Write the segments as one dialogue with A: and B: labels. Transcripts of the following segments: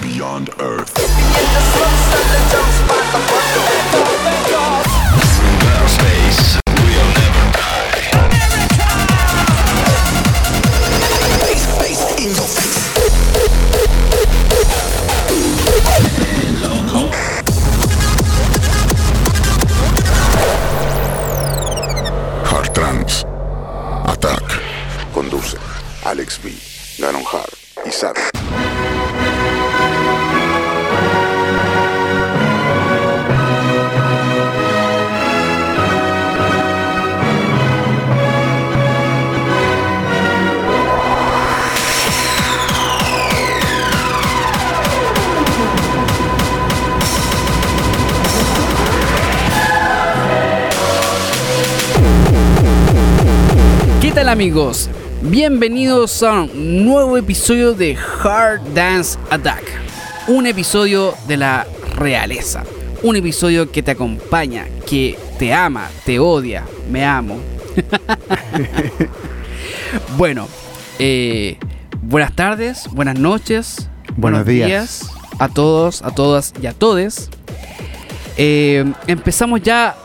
A: Beyond Earth.
B: From outer space, we'll never die.
A: Hard Trans. Attack.
C: Conduce Alex B, Ganon Hart y Sat.
D: ¿Qué tal amigos? Bienvenidos a un nuevo episodio de Hard Dance Attack. Un episodio de la realeza. Un episodio que te acompaña, que te ama, te odia, me amo. bueno, eh, buenas tardes, buenas noches,
E: Buenos días.
D: a todos, a todas y a todes. Eh, empezamos ya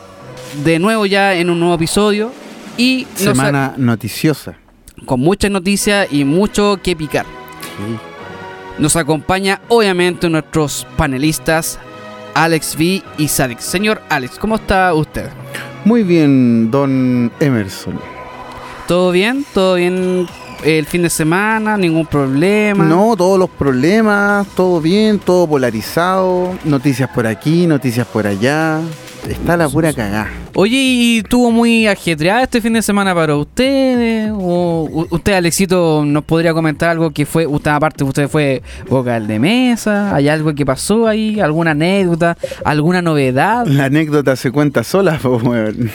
D: de nuevo ya en un nuevo episodio y nos-
E: Semana noticiosa.
D: con muchas noticias y mucho que picar. Nos acompaña obviamente nuestros panelistas Alex V y Sadix. Señor Alex, ¿cómo está usted?
E: Muy bien, don Emerson.
D: ¿Todo bien? ¿Todo bien el fin de semana? ¿Ningún problema?
E: No, todos los problemas, todo bien, todo polarizado. Noticias por aquí, noticias por allá. Está la pura cagada.
F: Oye, ¿y tuvo muy ajetreada este fin de semana para ustedes? ¿O u- usted, Alexito, nos podría comentar algo que fue, usted aparte, usted fue vocal de mesa? ¿Hay algo que pasó ahí? ¿Alguna anécdota? ¿Alguna novedad?
E: La anécdota se cuenta sola, po, weón.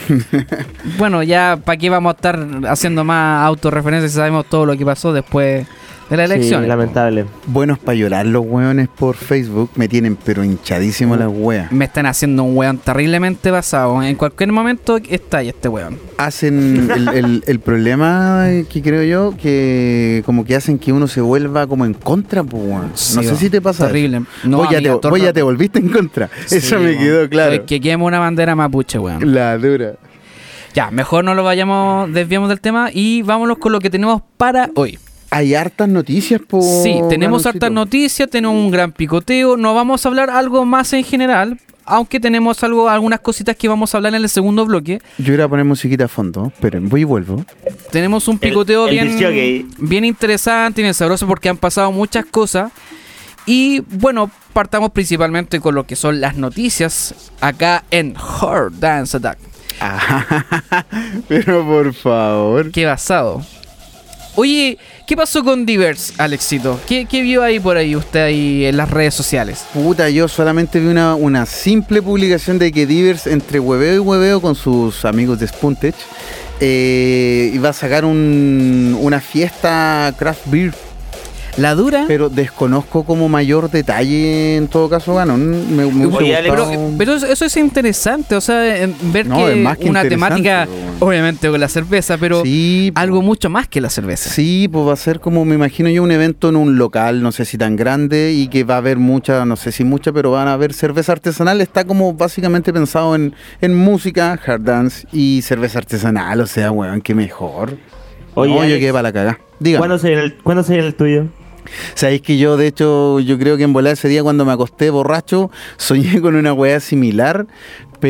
F: Bueno, ya, ¿para qué vamos a estar haciendo más autorreferencias si sabemos todo lo que pasó después de la elección?
G: Sí, lamentable.
E: Buenos para llorar los weones por Facebook. Me tienen pero hinchadísimo las weas.
F: Me están haciendo un weón terriblemente pasado. En cualquier momento está ahí este weón.
E: hacen el, el- el problema eh, que creo yo que como que hacen que uno se vuelva como en contra pues, weón. no
F: Sí,
E: sé
F: va.
E: si te pasa
F: Terrible.
E: eso.
F: No,
E: vos, ya
F: amiga,
E: te,
F: todo
E: vos
F: el
E: ya
F: rato.
E: te volviste en contra eso
F: Sí,
E: me
F: weón.
E: quedó claro
F: Que queme una bandera mapuche, weón.
E: la dura
F: Ya, mejor no lo vayamos, desviamos del tema y vámonos con lo que tenemos para hoy.
E: hay hartas noticias por
F: Sí, tenemos hartas noticias, tenemos un gran picoteo, no vamos a hablar algo más en general, aunque tenemos algo, algunas cositas que vamos a hablar en el segundo bloque.
E: yo iba a poner musiquita a fondo pero voy y vuelvo
F: Tenemos un
G: El-
F: picoteo
G: el discjockey.
F: bien, bien interesante y bien sabroso porque han pasado muchas cosas. Y bueno, partamos principalmente con lo que son las noticias acá en Hard Dance Attack. Ah.
E: pero por favor
F: Qué basado. Oye, ¿qué pasó con Divers, Alexito? ¿Qué, qué vio ahí por ahí usted ahí en las redes sociales?
E: Puta, yo solamente vi una, una simple publicación de que Divers, entre hueveo y hueveo con sus amigos de Spuntech, eh, iba a sacar un- una fiesta craft beer,
F: La dura.
E: pero desconozco como mayor detalle en todo caso, bueno, me, me hubiese
G: Oye, Alex,
E: gustado-
F: Pero eso, eso es interesante, o sea, en ver
E: No,
F: que,
E: es más que
F: una
E: interesante,
F: temática,
E: pero bueno.
F: obviamente con la cerveza, pero
E: Sí,
F: algo mucho más que la cerveza.
E: Sí, pues va a ser como, me imagino yo, un evento en un local, no sé si tan grande, y que va a haber mucha, no sé si mucha, pero van a haber cerveza artesanal. Está como básicamente pensado en, en música, hard dance y cerveza artesanal, o sea, weón, qué mejor.
G: Oye,
E: Oye, no, yo
G: Alex,
E: quedé para la cagá. Diga,
G: ¿Cuándo sería, el, ¿Cuándo sería el tuyo?
E: sabéis que yo, de hecho, yo creo que en volar ese día cuando me acosté borracho, soñé con una weá similar,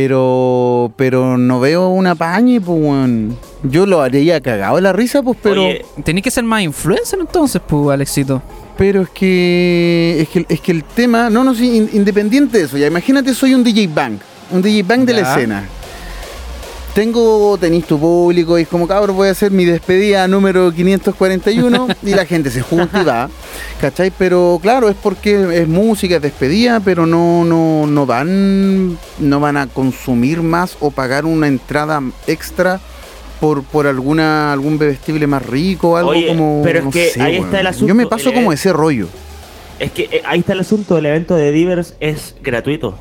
E: pero pero no veo una pañe, pues, weón. Yo lo haría cagado de la risa, pues, pero...
G: Oye,
F: Tenés que ser más influencer entonces, pues, Alexito.
E: Pero es que, es que es que el tema, no, no, sí, in- independiente de eso, ya imagínate soy un DJ Bang, un DJ Bang de la
F: Ya.
E: escena. Tengo tenis tu público y es como cabrón voy a hacer mi despedida número 541 y la gente se junta y va, ¿cachai? Pero claro, es porque es música, es despedida, pero no, no, no van, no van a consumir más o pagar una entrada extra por, por alguna, algún bebestible más rico, algo
G: Oye,
E: como.
G: pero es
E: no
G: que
E: sé,
G: ahí está
E: weón.
G: el asunto, eh,
E: Yo me paso
G: el-
E: como ese rollo.
G: es que eh, ahí está el asunto, el evento de Divers es gratuito.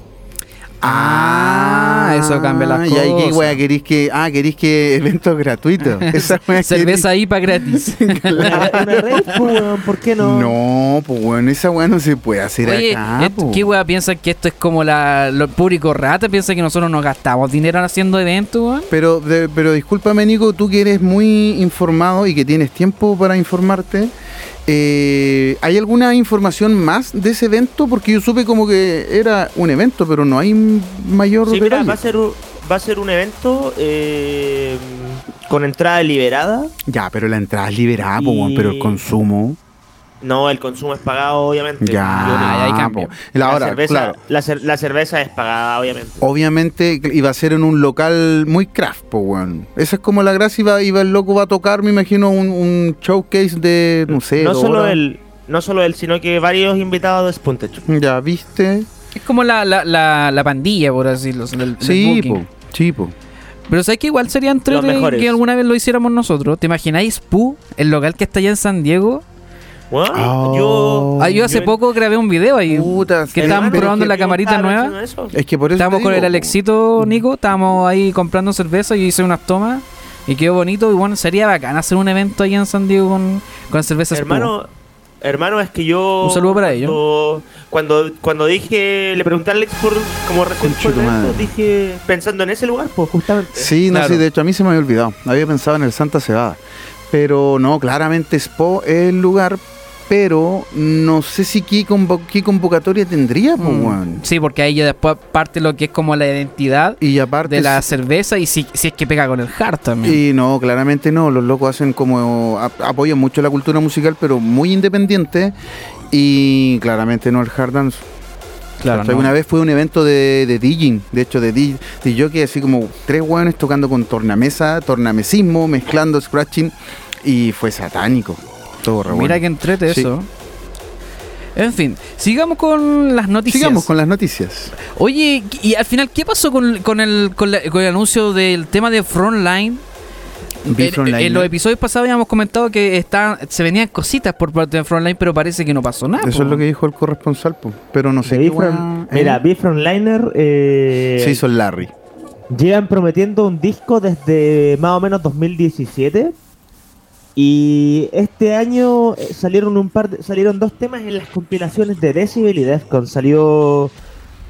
F: Ah, eso cambia las
E: Y ahí que
F: cosas.
E: wea querís que. Ah, querís que eventos gratuitos. Esa wea
F: Cerveza ahí para gratis.
E: querís.
G: Una, una red, pues, weón, ¿por qué no?
E: No, No, pues weón, esa weá no se puede hacer
F: Oye,
E: acá.
F: et-
E: po.
F: ¿qué weá piensa que esto es como la, lo- el público rata? ¿Piensa que nosotros nos gastamos dinero haciendo eventos, weón?
E: Pero, de- pero discúlpame, Nico, tú que eres muy informado y que tienes tiempo para informarte, eh, ¿hay alguna información más de ese evento? Porque yo supe como que era un evento, pero no hay mayor
G: Sí, mira,
E: detalle.
G: va a ser un, va a ser un evento eh, con entrada liberada.
E: Ya, pero la entrada es liberada, po,
G: Y-
E: weón, pero el consumo.
G: No, el consumo es pagado, obviamente.
E: Ya,
F: ahí
E: po.
F: cambia.
E: La
G: la,
E: hora,
G: cerveza,
E: claro.
G: la, cer- la cerveza es pagada, obviamente.
E: Obviamente iba a ser en un local muy craft, po, weón. Esa es como la gracia, iba, iba el loco va a tocar, me imagino, un, un showcase de, no sé,
G: no
E: dos
G: solo
E: horas.
G: él, no solo él, sino que varios invitados de Spuntech.
E: Ya, ¿viste?
F: Es como la, la, la, la pandilla, por así decirlo. del- del
E: Sí,
F: booking.
E: po, sí, po.
F: Pero sabes que igual sería entre
G: Los mejores.
F: que alguna vez lo hiciéramos nosotros. ¿Te imagináis Pu, el local que está allá en San Diego?
G: Bueno,
E: Oh.
G: yo,
E: Oh,
F: Ah, yo hace
G: yo-
F: poco grabé un video ahí.
E: Puta,
F: que
E: sí,
F: estaban
E: pero es
F: probando
E: que-
F: la camarita
G: estaba
F: nueva.
G: pensando en eso.
E: Es que por eso
F: Estábamos
E: te
F: con
E: digo,
F: el
E: po.
F: Alexito, Nico, estábamos ahí comprando cerveza y hice unas tomas y quedó bonito y bueno, sería bacán hacer un evento ahí en San Diego con, con cervezas. Puma.
G: Hermano, hermano, es que yo.
F: Un saludo para ellos.
G: cuando- Cuando, cuando dije, le pregunté a Alex por como recién
E: Concha
G: por
E: tu madre.
G: esto, dije pensando en ese lugar, pues justamente.
E: Sí, no,
F: Claro.
E: sí, de hecho a mí se me había olvidado. Había pensado en el Santa Cebada. Pero no, claramente Expo es el lugar, pero no sé si qué, convo- qué convocatoria tendría, po,
F: Mm,
E: weón.
F: Sí, porque ahí ya después parte lo que es como la identidad
E: Y aparte...
F: de la cerveza y si, si es que pega con el hard también.
E: Y no, claramente no. Los locos hacen como. ap- apoyan mucho la cultura musical, pero muy independiente. Y claramente no el hard dance.
F: claro,
E: ¿Cachai?
F: no.
E: Una vez fue un evento de, de DJing, de hecho, de DJ, de jockey, así como tres hueones tocando con tornamesa, tornamesismo, mezclando scratching, y fue satánico. Todo re
F: Mira
E: bueno.
F: que entrete
E: Sí.
F: eso. En fin, sigamos con las noticias.
E: Sigamos con las noticias.
F: Oye, y al final, ¿qué pasó con, con el, con, la- con el anuncio del tema de Frontline? En- En, los episodios pasados habíamos comentado que estaban- se venían cositas por parte de Frontline, pero parece que no pasó nada.
E: Eso
F: po.
E: es lo que dijo el corresponsal, po. pero no sé qué
G: Beef from-
E: hueá, ¿eh?
G: Mira, Beef Frontliner eh,
E: Se hizo el Larry.
G: llevan prometiendo un disco desde más o menos 2017 y este año eh, salieron un par de- salieron dos temas en las compilaciones de Decibel y Defcon. Salió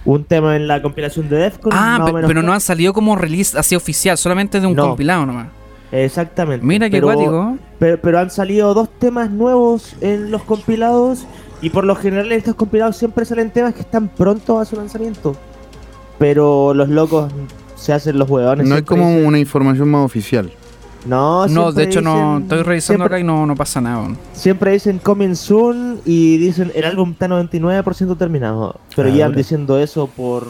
G: un tema en la compilación de Defcon.
F: Ah,
G: más o
F: pe-
G: menos
F: pero no han salido como release así oficial, solamente de un
G: No.
F: compilado nomás.
G: Exactamente.
F: Mira qué
G: Pero-
F: cuático.
G: Pero, pero han salido dos temas nuevos en los compilados y por lo general en estos compilados siempre salen temas que están prontos a su lanzamiento. Pero los locos se hacen los huevones.
E: No hay como una información más oficial.
G: No,
F: No, de
G: siempre
F: hecho no,
G: dicen-
F: estoy revisando
G: siempre,
F: acá y no, no pasa nada. po.
G: Siempre dicen coming soon y dicen el álbum está 99% terminado. Pero
E: Ah,
G: llevan
E: dura.
G: diciendo eso por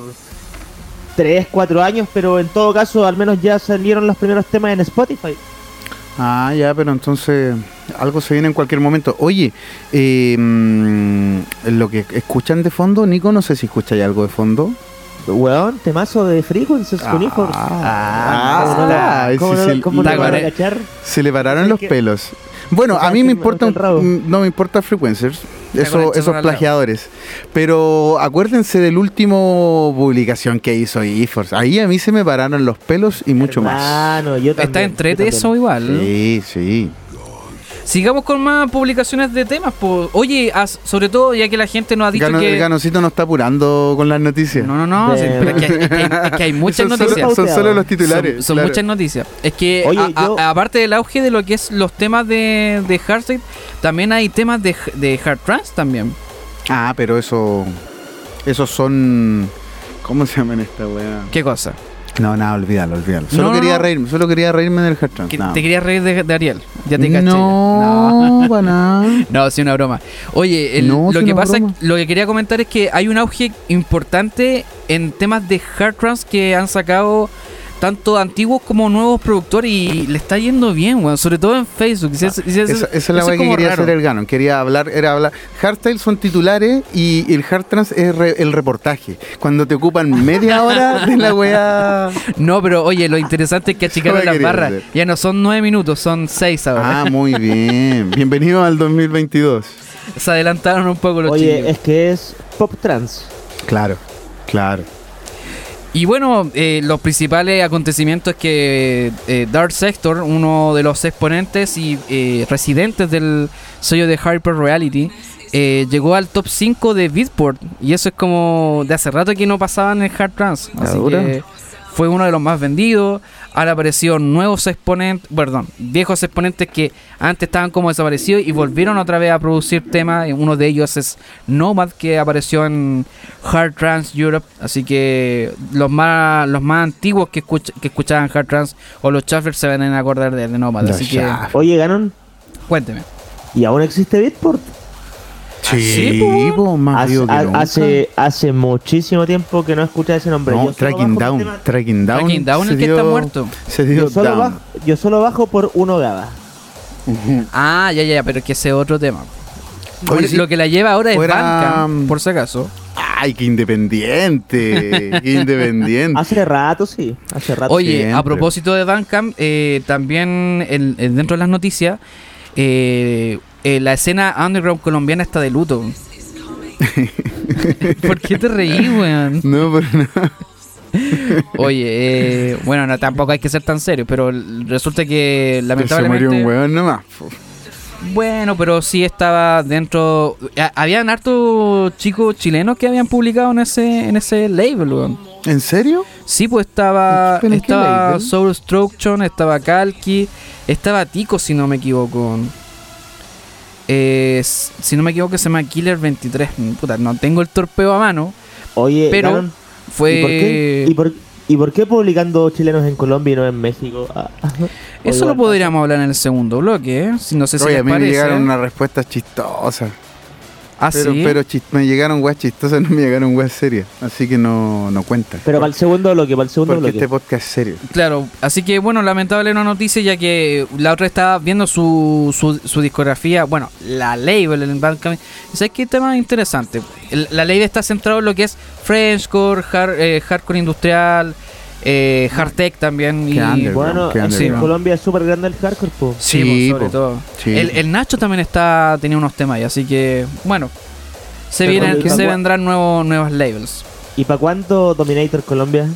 G: 3, 4 años, pero en todo caso al menos ya salieron los primeros temas en Spotify.
E: Ah, ya, pero entonces algo se viene en cualquier momento. Oye, eh, mm, lo que escuchan de fondo, Nico, no sé si escucháis algo de fondo.
G: Weón, temazo de Frequencies con Uniforms.
E: Ah,
G: ¿Cómo no la-
E: ay,
G: cómo
E: sí,
G: no la-
E: sí,
G: cómo no
E: la
G: la van a
F: gané.
G: cachar?
E: Se le pararon
G: Así
E: los
G: que-
E: pelos. Bueno,
G: Estaba
E: a mí me
G: haciendo
E: importa,
G: el rabo.
E: mm, no me importa Frequencers,
F: Está con el
E: esos, esos
F: chorro al lado.
E: plagiadores. Pero acuérdense del último publicación que hizo eForce. Ahí a mí se me pararon los pelos y mucho más.
G: Hermano, yo también,
F: Está
G: yo
F: entrete
G: también.
F: eso igual.
E: Sí, sí.
F: Sigamos con más publicaciones de temas. po. Oye, as- sobre todo ya que la gente nos ha dicho
E: Gano-
F: que...
E: El ganocito no está apurando con las noticias.
F: No, no, no,
G: De-
F: sí, pero es que hay, es que hay- es que hay muchas
E: son
F: noticias.
E: Solo, son solo los titulares.
F: Son, son
E: claro.
F: muchas noticias. Es que
G: Oye,
F: a- a-
G: yo-
F: aparte del auge de lo que es los temas de, de Hardstyle, también hay temas de, de Hard Trance también.
E: Ah, pero eso. Esos son. ¿Cómo se llaman esta weá?
F: ¿Qué cosa?
E: No, nada, olvídalo, olvídalo. Solo
F: no,
E: quería
F: no.
E: reírme, solo quería reírme del hard trance,
F: Que
E: nada.
F: Te querías reír de, de Ariel. Ya te caché.
E: No, para nada.
F: No, sí, una broma. Oye, el-
E: No, sí,
F: lo que
E: una
F: pasa,
E: broma.
F: lo que quería comentar es que hay un auge importante en temas de hard trance que han sacado tanto antiguos como nuevos productores y le está yendo bien, weón. Sobre todo en Facebook. Si es- si es-
E: Ah, Esa, esa es
F: eso
E: la weá que
F: como
E: quería
F: raro.
E: hacer el Ganon. Quería hablar, era hablar. Hardstyle son titulares y el hard trance es re- el reportaje. Cuando te ocupan media hora de la weá.
F: No, pero oye, lo interesante es que achicaron
E: Eso
F: las
E: quería
F: barras.
E: hacer.
F: Ya no son nueve minutos, son seis ahora.
E: Ah, muy bien. Bienvenido al 2022.
F: Se adelantaron un poco los
G: Oye,
F: chiquillos.
G: es que es pop trans.
E: Claro, claro.
F: Y bueno, eh, los principales acontecimientos que eh, Dark Sector, uno de los exponentes y eh, residentes del sello de Hyper Reality, eh, llegó al top 5 de Beatport. Y eso es como de hace rato que no pasaba en el Hard Trance.
E: Ah,
F: Así
E: dura.
F: que fue uno de los más vendidos. Ahora aparecieron nuevos exponentes, perdón, viejos exponentes que antes estaban como desaparecidos y volvieron otra vez a producir temas. Y Uno de ellos es Nomad, que apareció en Hard Trance Europe. Así que los más los más antiguos que, escuch- que escuchaban Hard Trance o los Chaffers se van a acordar de, de Nomad.
E: Los
F: Así que
E: Chaffers.
G: Oye, Ganon,
F: cuénteme.
G: ¿y aún existe Bitport?
F: ¿Ah,
E: Sí, po, más
G: Hace,
E: vivo Ah, que
G: ha-
E: nunca.
G: hace, hace muchísimo tiempo que no escuchaba ese nombre.
E: No,
G: Yo solo
E: Tracking
G: bajo
E: Down,
G: temas-
E: Tracking Down.
F: Tracking Down,
E: se
F: el que está muerto.
E: Se dio
G: yo, solo
E: down.
G: bajo, yo solo bajo por uno gaba.
F: Ah, ya, ya, ya, pero es que ese es otro tema.
E: Oye, sí.
F: Lo que la lleva ahora es
E: Fuera-
F: Bandcamp, por si acaso.
E: Ay, qué independiente, qué independiente.
G: Hace rato, sí. Hace rato.
F: Oye,
E: siempre.
F: a propósito de Bandcamp, eh, también en- en- dentro de las noticias, eh, eh, la escena underground colombiana está de luto. ¿Por qué te reí, weón?
E: No, pero no.
F: Oye, eh, bueno, no, tampoco hay que ser tan serio, pero l- resulta que
E: Se
F: lamentablemente...
E: murió un huevón nomás. po.
F: Bueno, pero sí estaba dentro. a- habían hartos chicos chilenos que habían publicado en ese, en ese label, weón.
E: ¿En serio?
F: Sí, pues estaba.
E: ¿Pero en qué
F: Estaba
E: label?
F: Soul Struction, estaba Kalki, estaba Tico, si no me equivoco. Eh, s- si no me equivoco, se llama Killer 23. Puta, no tengo el torpeo a mano.
G: Oye,
F: pero
G: Ganon,
F: Fue.
G: ¿y, por qué, y, por, y por qué publicando chilenos en Colombia y no en México? Ah,
F: Eso lo
G: igual,
F: podríamos hablar en el segundo bloque, ¿eh? Si no sé si
E: Oye, a
F: les
E: mí me
F: parece.
E: llegaron unas respuestas chistosas.
F: Ah,
E: Pero,
F: sí.
E: pero chis- me llegaron weas chistosas, no me llegaron weas serias. Así que no, no cuenta.
G: Pero para el segundo bloque, para el segundo
E: Porque
G: bloque.
E: este podcast es serio.
F: Claro, así que bueno, lamentable una noticia ya que la otra estaba viendo su, su, su discografía, bueno, la label en Bandcamp. ¿Sabes qué tema interesante? El- la label está centrado en lo que es Frenchcore, hard- eh, hardcore industrial, eh, hardtech también.
E: Qué
F: y-
E: under.
G: Bueno,
E: Qué
G: en
E: underground.
G: Colombia es súper grande el hardcore, po.
F: Sí,
E: Sí,
F: po, sobre
E: po.
F: todo.
E: Sí.
F: El, el Nacho también está tenía unos temas ahí, así que bueno, se,
G: Pero
F: vienen,
G: el-
F: se vendrán nuevos nuevas labels.
G: ¿Y para cuándo Dominator Colombia?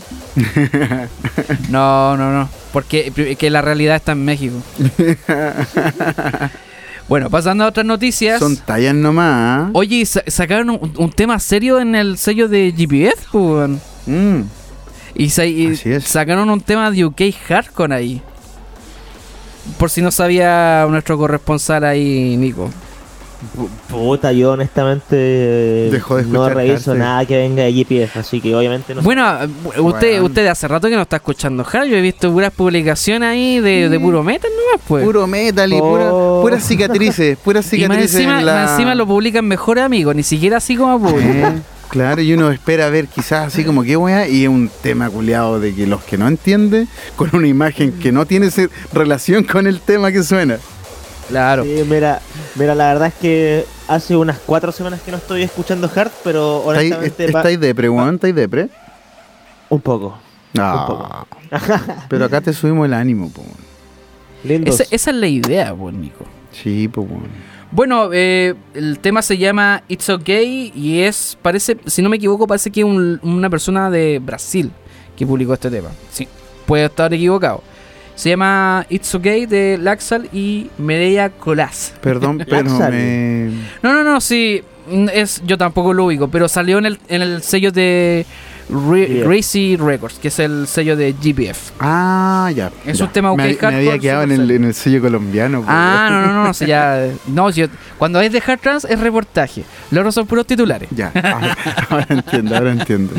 F: No, no, no. Porque pri- que la realidad está en México. bueno, pasando a otras noticias.
E: Son tallas nomás. ¿ah?
F: Oye, sa- sacaron un, un tema serio en el sello de GPF, po, pues, weón.
E: Mm.
F: Y, sa- y
E: Así es.
F: sacaron un tema de UK Hardcore ahí. Por si no sabía nuestro corresponsal ahí, Nico.
G: Pu- Puta, yo honestamente eh,
E: Dejó de
G: no
E: escuchar
G: reviso
E: hardcore.
G: nada que venga de GPS, así que obviamente no sé.
F: Bueno, eh, usted,
E: Weón.
F: usted hace rato que no está escuchando hard. Yo he visto puras publicaciones ahí de, de puro metal nomás, pues.
E: Puro metal y pura-
G: Oh.
E: puras cicatrices. Puras
F: y más
E: cicatrices.
F: encima,
E: en la-
F: más encima lo publican mejores amigos, ni siquiera así como público.
E: Eh, Claro, y uno espera ver quizás así como qué wea, y es un tema culiado de que los que no entienden, con una imagen que no tiene se- relación con el tema que suena.
F: Claro.
G: Sí, mira, mira, la verdad es que hace unas cuatro semanas que no estoy escuchando hard, pero
E: ¿Estáis,
G: honestamente va-
E: estáis depre, weón? ¿Estáis depre?
G: un poco.
E: No. Pero acá te subimos el ánimo, po. weón.
G: Lindos.
F: Esa, esa es la idea, pues, Nico.
E: Sí, po, weón.
F: Bueno, eh, el tema se llama It's Okay y es, parece, si no me equivoco, parece que un- una persona de Brasil que publicó este tema. Sí, puede estar equivocado. Se llama It's Okay de Laxal y Medea Colás.
E: Perdón, pero
G: Laxal.
E: me.
F: No, no, no, sí. mm, Es, yo tampoco lo ubico, pero salió en el, en el sello de Re-
G: Yeah.
F: Crazy Records, que es el sello de GPF.
E: Ah, ya.
F: Es
E: ya.
F: un tema
E: me,
F: ok,
E: hab- me había
F: hardcore,
E: quedado en el,
F: supercell.
E: en el sello colombiano. po,
F: Ah, no,
E: weón.
F: no, no, no, sí, ya. eh, No, yo- cuando es de Hard Trans es reportaje. Los otros son puros titulares.
E: Ya, ahora, ahora entiendo, ahora entiendo.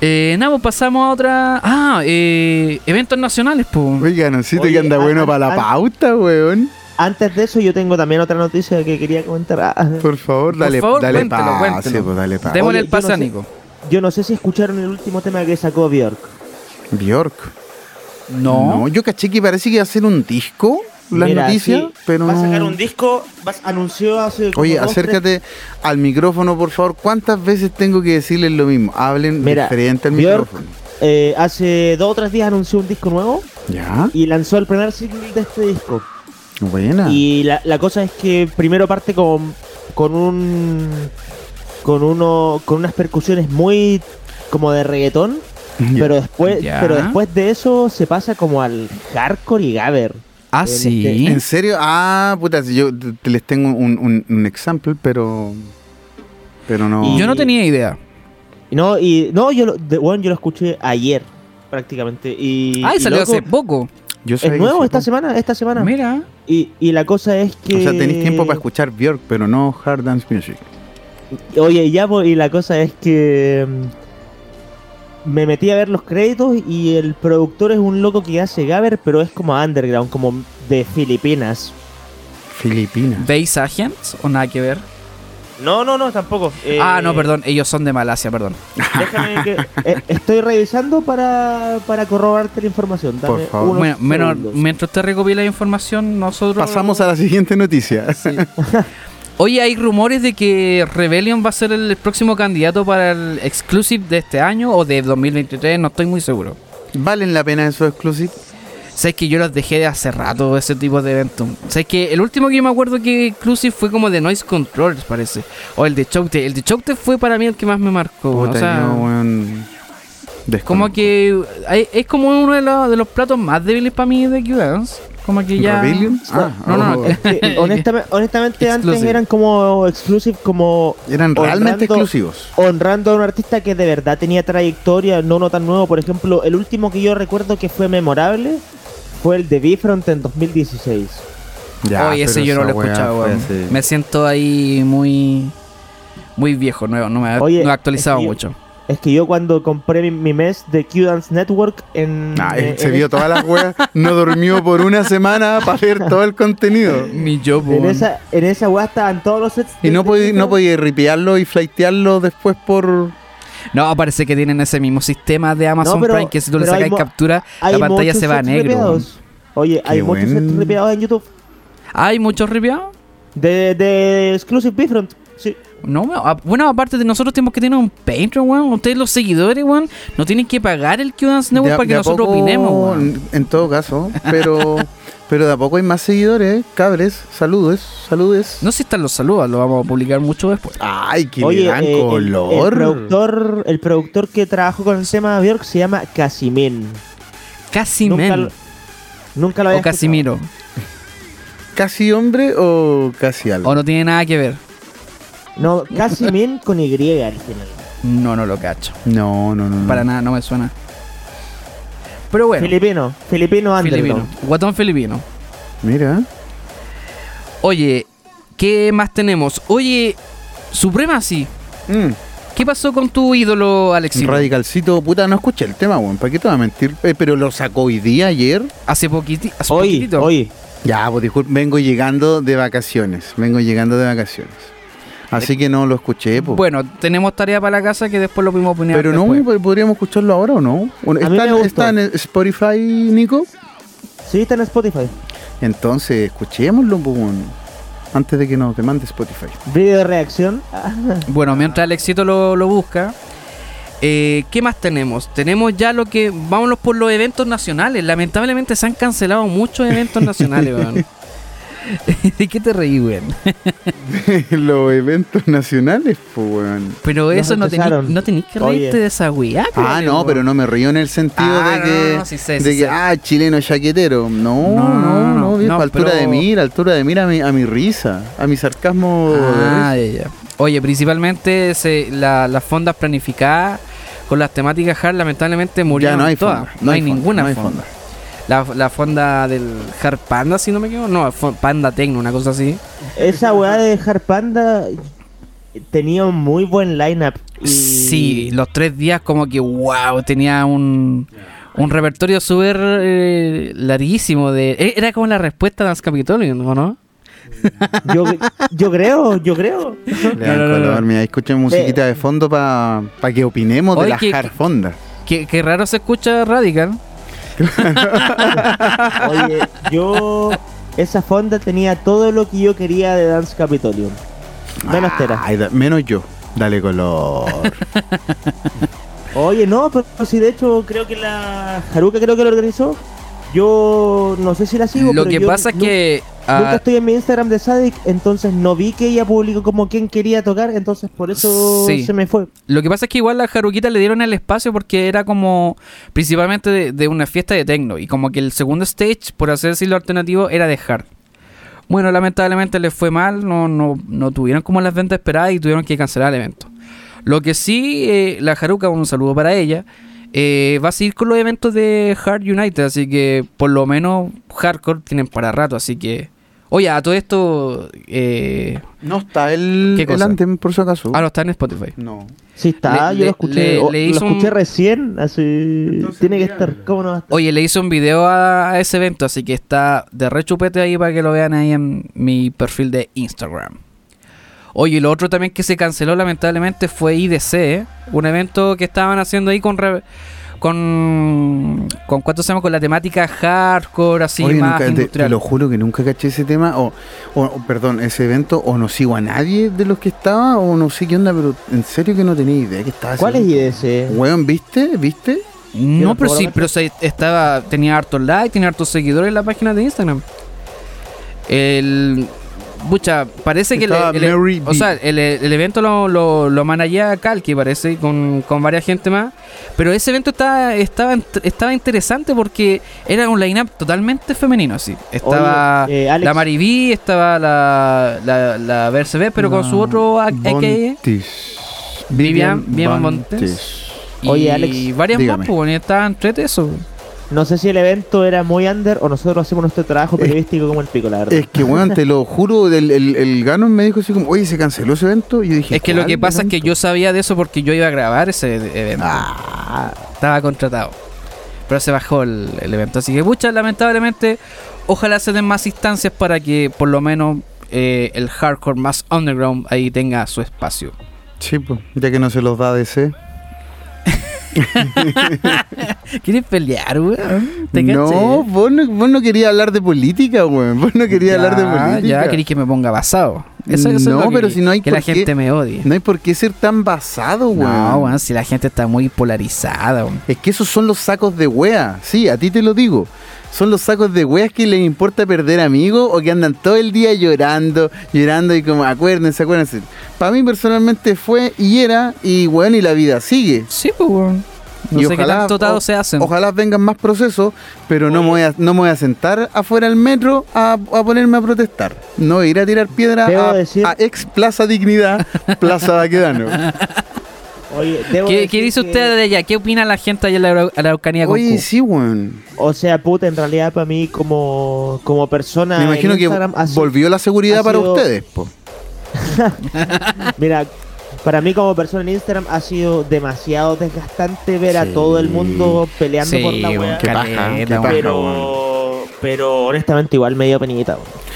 F: Eh, nada, pues pasamos a otra. Ah, eh, eventos nacionales, pues.
E: Oiga, Noncito,
G: Oye,
E: que anda
G: ah,
E: bueno
G: ah,
E: para la
G: ah.
E: pauta, weón.
G: Antes de eso yo tengo también otra noticia que quería comentar. Ah,
E: Por favor, dale,
F: favor,
E: dale
F: cuéntelo,
E: pase,
F: cuéntelo.
E: po, dale pase.
F: Démosle
G: Oye,
F: el
G: yo
F: pase
G: no
F: a
G: sé-
F: Nico.
G: Yo no sé si escucharon el último tema que sacó Bjork.
E: Bjork.
F: No.
E: yo caché que parece que va a ser un disco la
G: Mira,
E: noticia,
G: sí,
E: pero
G: va a
E: no-
G: sacar un disco, vas- anunció hace como
E: Oye,
G: dos,
E: acércate al micrófono, por favor. ¿Cuántas veces tengo que decirles lo mismo? Hablen
G: tres- Mira,
E: diferente al
G: Björk,
E: micrófono.
G: eh, hace dos o tres días anunció un disco nuevo
E: Ya,
G: y lanzó el primer single de este disco.
E: buena.
G: Y la, la cosa es que primero parte con, con un con uno con unas percusiones muy como de reggaetón,
E: Ya.
G: pero después
F: Ya.
G: pero después de eso se pasa como al hardcore y gabber.
F: Ah,
G: eh, en
F: sí.
E: ¿En serio? Ah, puta, si yo te- te les tengo un, un, un example, pero. Pero no.
G: Y-
F: Yo no tenía idea.
G: Y No, y no, yo lo, de- bueno, yo lo escuché ayer prácticamente y
F: Ay,
G: y
F: salió
G: loco,
F: hace poco.
E: yo
G: Es
E: sabía que
G: nuevo
E: sí,
G: esta
E: po.
G: semana, esta semana.
F: Mira.
G: Y, y la cosa es que
E: O sea, tenéis tiempo para escuchar Björk, pero no Hard Dance Music.
G: Oye, ya, po, y la cosa es que mm, me metí a ver los créditos y el productor es un loco que hace Gaber, pero es como underground, como de Filipinas.
E: Filipinas.
F: ¿They Sahians o nada que ver?
G: No, no, no, tampoco. Eh,
F: Ah, no, perdón. Ellos son de Malasia, perdón.
G: Déjame que eh, estoy revisando para, para corroborarte la información. Dame
E: Por favor.
G: unos
F: Bueno, menos-
G: segundos.
F: mientras usted recopila información, nosotros...
E: Pasamos a la siguiente noticia.
F: Oye, hay rumores de que Rebellion va a ser el próximo candidato para el exclusive de este año o de 2023, no estoy muy seguro.
E: ¿Valen la pena esos exclusivos?
F: Sabes que yo los dejé de hace rato ese tipo de eventos. Sabes que el último que me acuerdo que exclusive fue como de Noise Control, parece. O el de Chocte. El de Chocte fue para mí el que más me marcó.
E: Puta,
F: o sea,
E: yo, weón,
F: como
E: desconozco.
F: que hay- es como uno de los, de los platos más débiles para mí de Q-Dance. Como que ya.
E: ¿Rebellion? Ah,
F: no, no, no.
E: oh.
G: Sí, honestamente, Eh, honestamente antes
F: Exclusive.
G: eran como exclusive, como
E: Eran realmente
G: honrando-
E: exclusivos.
G: honrando a un artista que de verdad tenía trayectoria, no no tan nuevo. Por ejemplo, el último que yo recuerdo que fue memorable fue el de Bifront en 2016.
F: Oye, ese
E: pero
F: yo no lo
E: esa
F: he
E: weá
F: escuchado,
E: fue
F: weón.
E: hace-
F: Me siento ahí muy. Muy viejo, nuevo. No me,
G: Oye,
F: no he actualizado
G: es que-
F: mucho.
G: Es que yo cuando compré mi, mi mes de Q-Dance Network
F: eh,
G: en...
E: Nah,
G: en-
E: él Ah, eh, se
G: en-
E: vio todas las weas, no durmió por una semana para ver todo el contenido.
F: Ni yo,
G: en esa, en esa weá estaban todos los sets.
E: Y
G: de-
E: no
G: de
E: podía, no
G: Bifront.
E: podía ripearlo y flaitearlo después por...
F: No, parece que tienen ese mismo sistema de Amazon
G: pero-
F: Prime que si tú le
G: pero hay
F: sacas
G: mo-
F: captura, la
G: Hay
F: pantalla
G: muchos
F: se va a
G: sets
F: negro. weón.
G: ripeados. Oye, hay
E: Qué
G: muchos
E: buen-
G: sets ripeados en YouTube
F: ¿Hay muchos ripiados?
G: de, de Exclusive Bifront. Sí.
F: No, weón. Ah, bueno, aparte de nosotros tenemos que tener un Patreon, weón. Ustedes los seguidores, weón, no tienen que pagar el QDance Network
E: de
F: pues,
E: a-
F: para que
E: de a
F: nosotros
E: poco,
F: opinemos, weón.
E: En todo caso, pero pero de a poco hay más seguidores, cabres, saludes, saludes.
F: No sé si están los saludos, lo vamos a publicar mucho después.
E: Ay, que
G: Oye,
E: le dan
G: eh, el- El,
E: color.
G: productor, el productor que trabajó con el tema de Björk se llama Casimen.
F: Casi
G: Nunca,
F: men.
G: lo- nunca lo había
F: O Casimiro.
E: ¿Casi hombre o casi algo?
F: O no tiene nada que ver.
G: escuchado. No, Casimen con Y al final.
F: No, no lo cacho.
E: No, no, no. no.
F: Para nada, no me suena. Pero bueno,
G: Filipino, filipino
F: filipino.
G: underground.
F: Guatón filipino.
E: Mira.
F: Oye, ¿qué más tenemos? Oye, Supremacy.
E: Mm,
F: ¿Qué pasó con tu ídolo, Alexis?
E: Radicalcito, puta, no escuché el tema, weón. ¿Para qué te voy a mentir? Eh, pero lo sacó hoy día, ayer.
F: Hace, poquiti hace
G: Hoy,
F: poquitito.
G: hoy.
E: Ya, pues disculpe, vengo llegando de vacaciones. Vengo llegando de vacaciones. Así que no lo escuché, pues.
F: Bueno, tenemos tarea para la casa que después lo podemos opinar.
E: Pero no,
F: después.
E: pero podríamos escucharlo ahora o no. Bueno,
G: A mí
E: ¿Está,
G: me gustó.
E: está en Spotify, Nico?
G: Sí, está en Spotify.
E: Entonces, escuchémoslo, pues, bueno, antes de que nos demande Spotify.
G: Video de reacción. Ah,
F: Bueno, mientras Alexito lo, lo busca, eh, ¿qué más tenemos? Tenemos ya lo que. Vámonos por los eventos nacionales. Lamentablemente se han cancelado muchos eventos nacionales, weón. ¿De qué te reí, weón?
E: Los eventos nacionales, pues, weón.
F: Pero
G: Los
F: eso no tenés
G: rechazaron.
F: no tenés que
G: Oye.
F: reírte de esa weá, pues,
E: Ah,
F: weón.
E: no, pero no me río en el sentido
F: Ah,
E: de
F: no,
E: que,
F: no, no, sí sé,
E: de
F: sí
E: que
F: sé.
E: ah, chileno chaquetero. No,
F: No,
E: no, no,
F: no, no,
E: viejo,
F: no,
E: altura
F: pero-
E: de mira, altura de mira a mi, a mi risa, a mi sarcasmo.
F: Ah, ya, ya. Oye, principalmente se- la- las fondas planificadas con las temáticas hard lamentablemente
E: ya
F: murieron
E: no hay
F: todas.
E: fonda,
F: no, hay
E: fonda,
F: ninguna
E: no hay
F: fonda.
E: fonda.
F: La, la fonda del Hard Panda, si no me equivoco. No, fo- Panda Tecno, una cosa así.
G: esa weá de Hard Panda tenía un muy buen lineup. Y...
F: Sí, los tres días como que, wow, tenía un, un repertorio súper eh, larguísimo. de eh, Era como la respuesta a Dance Capitolian, ¿o no?
G: Yo, yo creo, yo creo.
E: Le dan
F: No, no, no,
E: color,
F: no.
E: mira, escuchen musiquita de fondo para que opinemos
F: Oye,
E: de las
F: que-
E: hard fondas.
F: Qué, qué raro se escucha Radical.
G: Oye, yo. Esa fonda tenía todo lo que yo quería de Dance Capitolium. Menos
F: Ah.
G: Tera.
E: Ay, da- menos yo. Dale color.
G: Oye, no, pero si de hecho creo que la. Haruka creo que lo organizó. Yo no sé si la sigo.
F: Lo
G: pero
F: que
G: yo
F: pasa es
G: nu-
F: que Ah,
G: Nunca estoy en mi Instagram de Sadik, entonces no vi que ella publicó como quien quería tocar, entonces por eso
F: Sí.
G: se me fue.
F: Lo que pasa es que igual la Haruquita le dieron el espacio porque era como principalmente de, de una fiesta de techno y como que el segundo stage, por así decirlo alternativo, era de hard. Bueno, lamentablemente les fue mal, no, no, no tuvieron como las ventas esperadas y tuvieron que cancelar el evento. Lo que sí, eh, la Haruka, un saludo para ella, eh, va a seguir con los eventos de Hard United, así que por lo menos Hardcore tienen para rato, así que... Oye, a todo esto... eh,
E: No está el,
F: ¿Qué
E: el
F: cosa?
E: Anthem, por si acaso.
F: ah, no, está en Spotify.
E: No.
G: Sí, está,
F: Le-
G: yo
F: le-
G: lo escuché,
F: le-
G: o-
F: le
G: lo
F: hizo un-
G: escuché recién, así tiene que estar, ¿cómo no va a estar?
F: Oye, le hice un video a, a ese evento, así que está de rechupete ahí para que lo vean ahí en mi perfil de Instagram. Oye, y lo otro también que se canceló lamentablemente fue IDC, ¿eh? un evento que estaban haciendo ahí con... re- con, con cuánto se llama con la temática hardcore así
E: Oye,
F: más
E: nunca- te- te,
F: industrial
E: lo juro que nunca caché ese tema, o, o- o, perdón, ese evento, o no sigo a nadie de los que estaba, o no sé qué onda, pero en serio que no tenía idea que estaba
G: ¿Cuál
E: haciendo.
G: es IDC?
E: Weón, ¿viste? ¿Viste?
F: no pero sí
G: programa.
F: pero se estaba tenía hartos likes tenía hartos seguidores en la página de Instagram el Pucha, parece que el,
E: Estaba
F: el- el-
E: Mary
F: o
E: B.
F: sea, el, el evento lo, lo, lo managea Kalki, parece, con, con varias gente más. Pero ese evento estaba, estaba, int- estaba interesante porque era un line-up totalmente femenino, así. Estaba
G: Oye, eh, Alex.
F: la Maribí, estaba la, la, la Bercebé, pero con su otro a- E AKA.
E: Bontis.
F: Vivian- Vivian Y
G: Oye, Alex,
F: varias
E: dígame.
F: más, pues, bueno, y estaban entrete eso.
G: No sé si el evento era muy under o nosotros hacemos nuestro
F: Eh.
G: trabajo periodístico como el pico, la verdad.
E: Es que, weón, te lo juro, el, el, el Ganon me dijo así como, oye, se canceló ese evento. Y yo dije,
F: Es que lo
E: "¿Cuál
F: que pasa es que
E: evento?".
F: yo sabía de eso porque yo iba a grabar ese evento. Ah. Estaba contratado. Pero se bajó el, el evento. Así que, muchas lamentablemente, ojalá se den más instancias para que por lo menos eh, el hardcore más underground ahí tenga su espacio.
E: Sí, po, ya que no se los da DC.
F: ¿Quieres pelear, weón? ¿Te
E: No,
F: caché?
E: vos no, vos no querías hablar de política, weón. Vos no querías hablar de
F: Ya,
E: política.
F: Ya querés que me ponga basado. Eso, eso
E: No,
F: es lo que-
E: pero si no hay
F: que la
E: por qué.
F: gente me odie.
E: No hay por qué ser tan basado, weón.
F: No, weón, si la gente está muy polarizada, weón.
E: Es que esos son los sacos de wea. Sí, a ti te lo digo. Son los sacos de weas que les importa perder amigos o que andan todo el día llorando, llorando y como acuérdense, acuérdense. Para mí personalmente fue y era y bueno, y la vida sigue.
F: Sí, pues, weón. No
E: y
F: sé qué tanto tado
E: o-
F: se hacen.
E: Ojalá vengan más procesos, pero no me, voy a, no me voy a sentar afuera del metro a, a ponerme a protestar. No voy a ir a tirar piedra
G: Debo
E: a,
G: decir-
E: a ex Plaza Dignidad, Plaza Baquedano.
G: Oye, debo
F: ¿Qué,
G: decir
F: qué dice
G: que-
F: usted de ella? ¿Qué opina la gente allá en la Arau- Araucanía con
E: Oye,
F: Q?
E: sí, weón.
G: O sea, puta, en realidad para mí como, como persona
E: Me
G: en
E: imagino que
G: Instagram ha sido-
E: volvió la seguridad
G: ha
E: para
G: sido-
E: ustedes, po.
G: Mira, para mí como persona en Instagram ha sido demasiado desgastante ver a todo el mundo peleando
F: Sí,
G: por la
F: weón,
G: weá.
F: qué
E: paja,
F: caleta,
E: qué
F: weón.
E: paja.
G: Pero, pero honestamente igual medio penita. weón.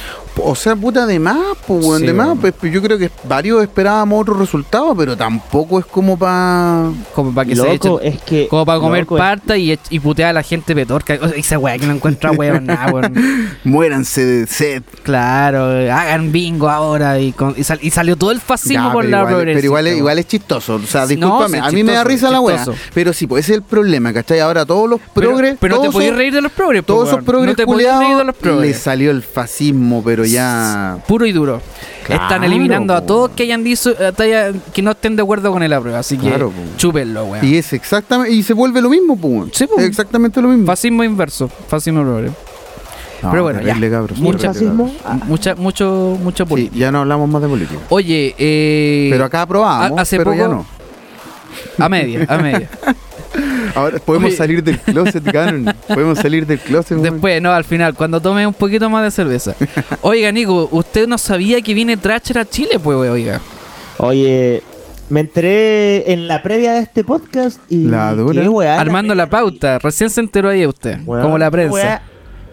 E: O sea, puta, de más, pues,
F: Sí,
E: de más.
F: weón.
E: Pues, pues, yo creo que varios esperábamos otro resultado, pero tampoco es como para...
F: Como para que se echen-
G: Loco, es
E: eh,
G: que...
F: Como para comer
G: loco, es-
F: parta y, ech- y putear a la gente petorca. O sea, esa weá que no encuentra weón, nada, weón.
E: Muéranse de sed.
F: Claro, hagan bingo ahora. Y, con- y, sal- y salió todo el fascismo
E: Ya,
F: por
E: pero
F: la
E: igual,
F: progresista,
E: Pero igual, es-
F: weón.
E: igual es chistoso. O sea,
F: Sí,
E: discúlpame,
F: no, sí,
E: a mí me da
F: chistoso,
E: risa la weá.
F: chistoso.
E: Pero sí, pues ese es el problema, ¿cachai? Ahora todos los
F: Pero-
E: progres...
F: Pero, no te
E: todos
F: podías
E: esos-
F: reír de los progres. po,
E: Todos esos
F: weón. No
E: progres
F: te podías reír de los
E: culeados le
F: progres.
E: salió el fascismo, pero ya...
F: Puro y duro.
E: Claro,
F: Están eliminando a
E: po.
F: todos que hayan dicho eh, talla- que no estén de acuerdo con el apruebo. Así que
E: Claro, po.
F: chúpenlo, weón.
E: Y es exactamente... Y se vuelve lo mismo, pues.
F: Sí, po.
E: Exactamente lo mismo.
F: Fascismo inverso, fascismo progre.
E: No,
F: Pero bueno,
E: terrible,
F: ya.
E: cabros,
G: Mucho
E: terrible,
G: fascismo.
E: cabros.
G: ah,
F: Mucha, mucho, mucha
E: Sí,
F: política.
E: ya no hablamos más de política.
F: Oye, eh,
E: Pero acá aprobamos,
F: a- hace
E: pero ya
F: poco-
E: no.
F: a media, a media.
E: Ahora podemos
F: Oye.
E: salir del closet, Canon. Podemos salir del closet. weón.
F: Después, no, al final, cuando tome un poquito más de cerveza. Oiga, Nico, usted no sabía que viene Thrasher a Chile, pues, we- oiga.
G: Oye, me enteré en la previa de este podcast y...
E: La dura.
G: qué weá,
F: Armando la pauta, recién se enteró ahí usted,
G: Weón,
F: como la
G: qué
F: prensa.
G: weá,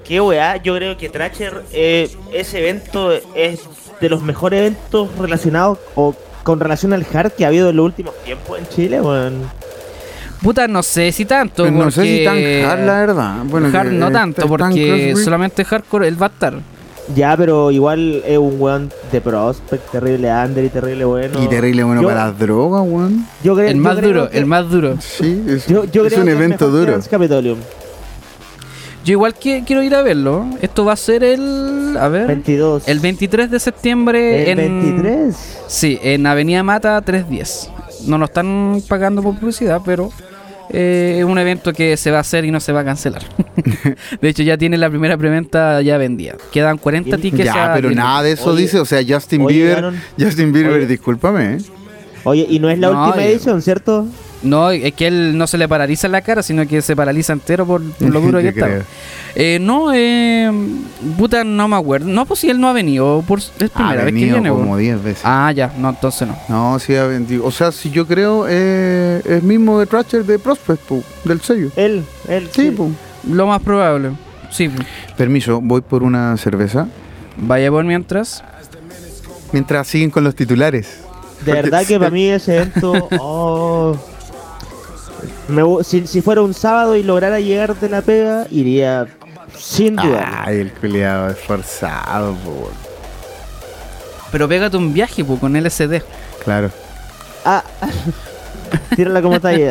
G: Qué weá, yo creo que Thrasher, eh, ese evento es de los mejores eventos relacionados o con relación al hard que ha habido en los últimos tiempos en Chile, weón.
F: Puta, no sé si tanto,
E: Pero Pues no sé
F: porque-
E: si tan hard, la verdad. Bueno,
F: Hard
E: que,
F: no
E: eh,
F: tanto,
E: tan
F: porque
E: Crosby.
F: solamente hardcore él va a estar.
G: Ya, pero igual es un weón de prospect, terrible under y terrible bueno.
E: Y terrible bueno
G: Yo-
E: para las drogas, weón.
G: Yo creo,
F: El
G: yo
F: más
G: creo
F: duro,
G: que-
F: el más duro.
E: Sí, es,
G: Yo, yo
E: es
G: creo
E: un
G: que es
E: evento
G: mejor que
E: duro.
G: Dance Capitolium.
F: Yo Yo igual que, quiero ir a verlo. Esto va a ser el. A ver.
G: 22.
F: Eh, El 23 de septiembre.
G: El
F: en,
G: 23.
F: Sí, en Avenida Mata 310. No nos están pagando por publicidad, pero eh, es un evento que se va a hacer y no se va a cancelar. de hecho, ya tiene la primera preventa ya vendida. Quedan 40 tickets.
E: Ya,
F: a-
E: pero nada de eso
G: Oye,
E: dice, o sea, Justin
G: oye,
E: Bieber,
G: Aaron.
E: Justin Bieber,
G: Oye.
E: discúlpame. ¿eh?
G: Oye, y no es la
F: No,
G: última
F: eh.
G: edición, ¿cierto?
F: No, es que él no se le paraliza la cara, sino que se paraliza entero por, por lo duro que
E: Yo
F: está.
E: creo.
F: Eh, no, eh, puta, no me acuerdo. No, pues si él no ha venido. Por, es
E: Ha
F: primera vez que
E: venido
F: viene.
E: como
F: po.
E: 10 veces.
F: Ah, ya, no, entonces no.
E: No, sí ha vendido. O sea, si yo creo, eh, es mismo de Thrasher de Prospect, po, del sello.
G: Él, él.
E: Sí, pues, po.
F: Lo más probable. Sí, po.
E: Permiso, voy por una cerveza.
F: vaya por mientras.
E: Mientras siguen con los titulares.
G: De verdad que para mí ese evento. oh. Me gu- si, si fuera un sábado y lograra llegar de la pega, iría sin
E: Ah.
G: duda.
E: Ay, el culiado esforzado, po.
F: Pero pégate un viaje, po, con LSD.
E: Claro.
G: Ah, tírala como está ahí.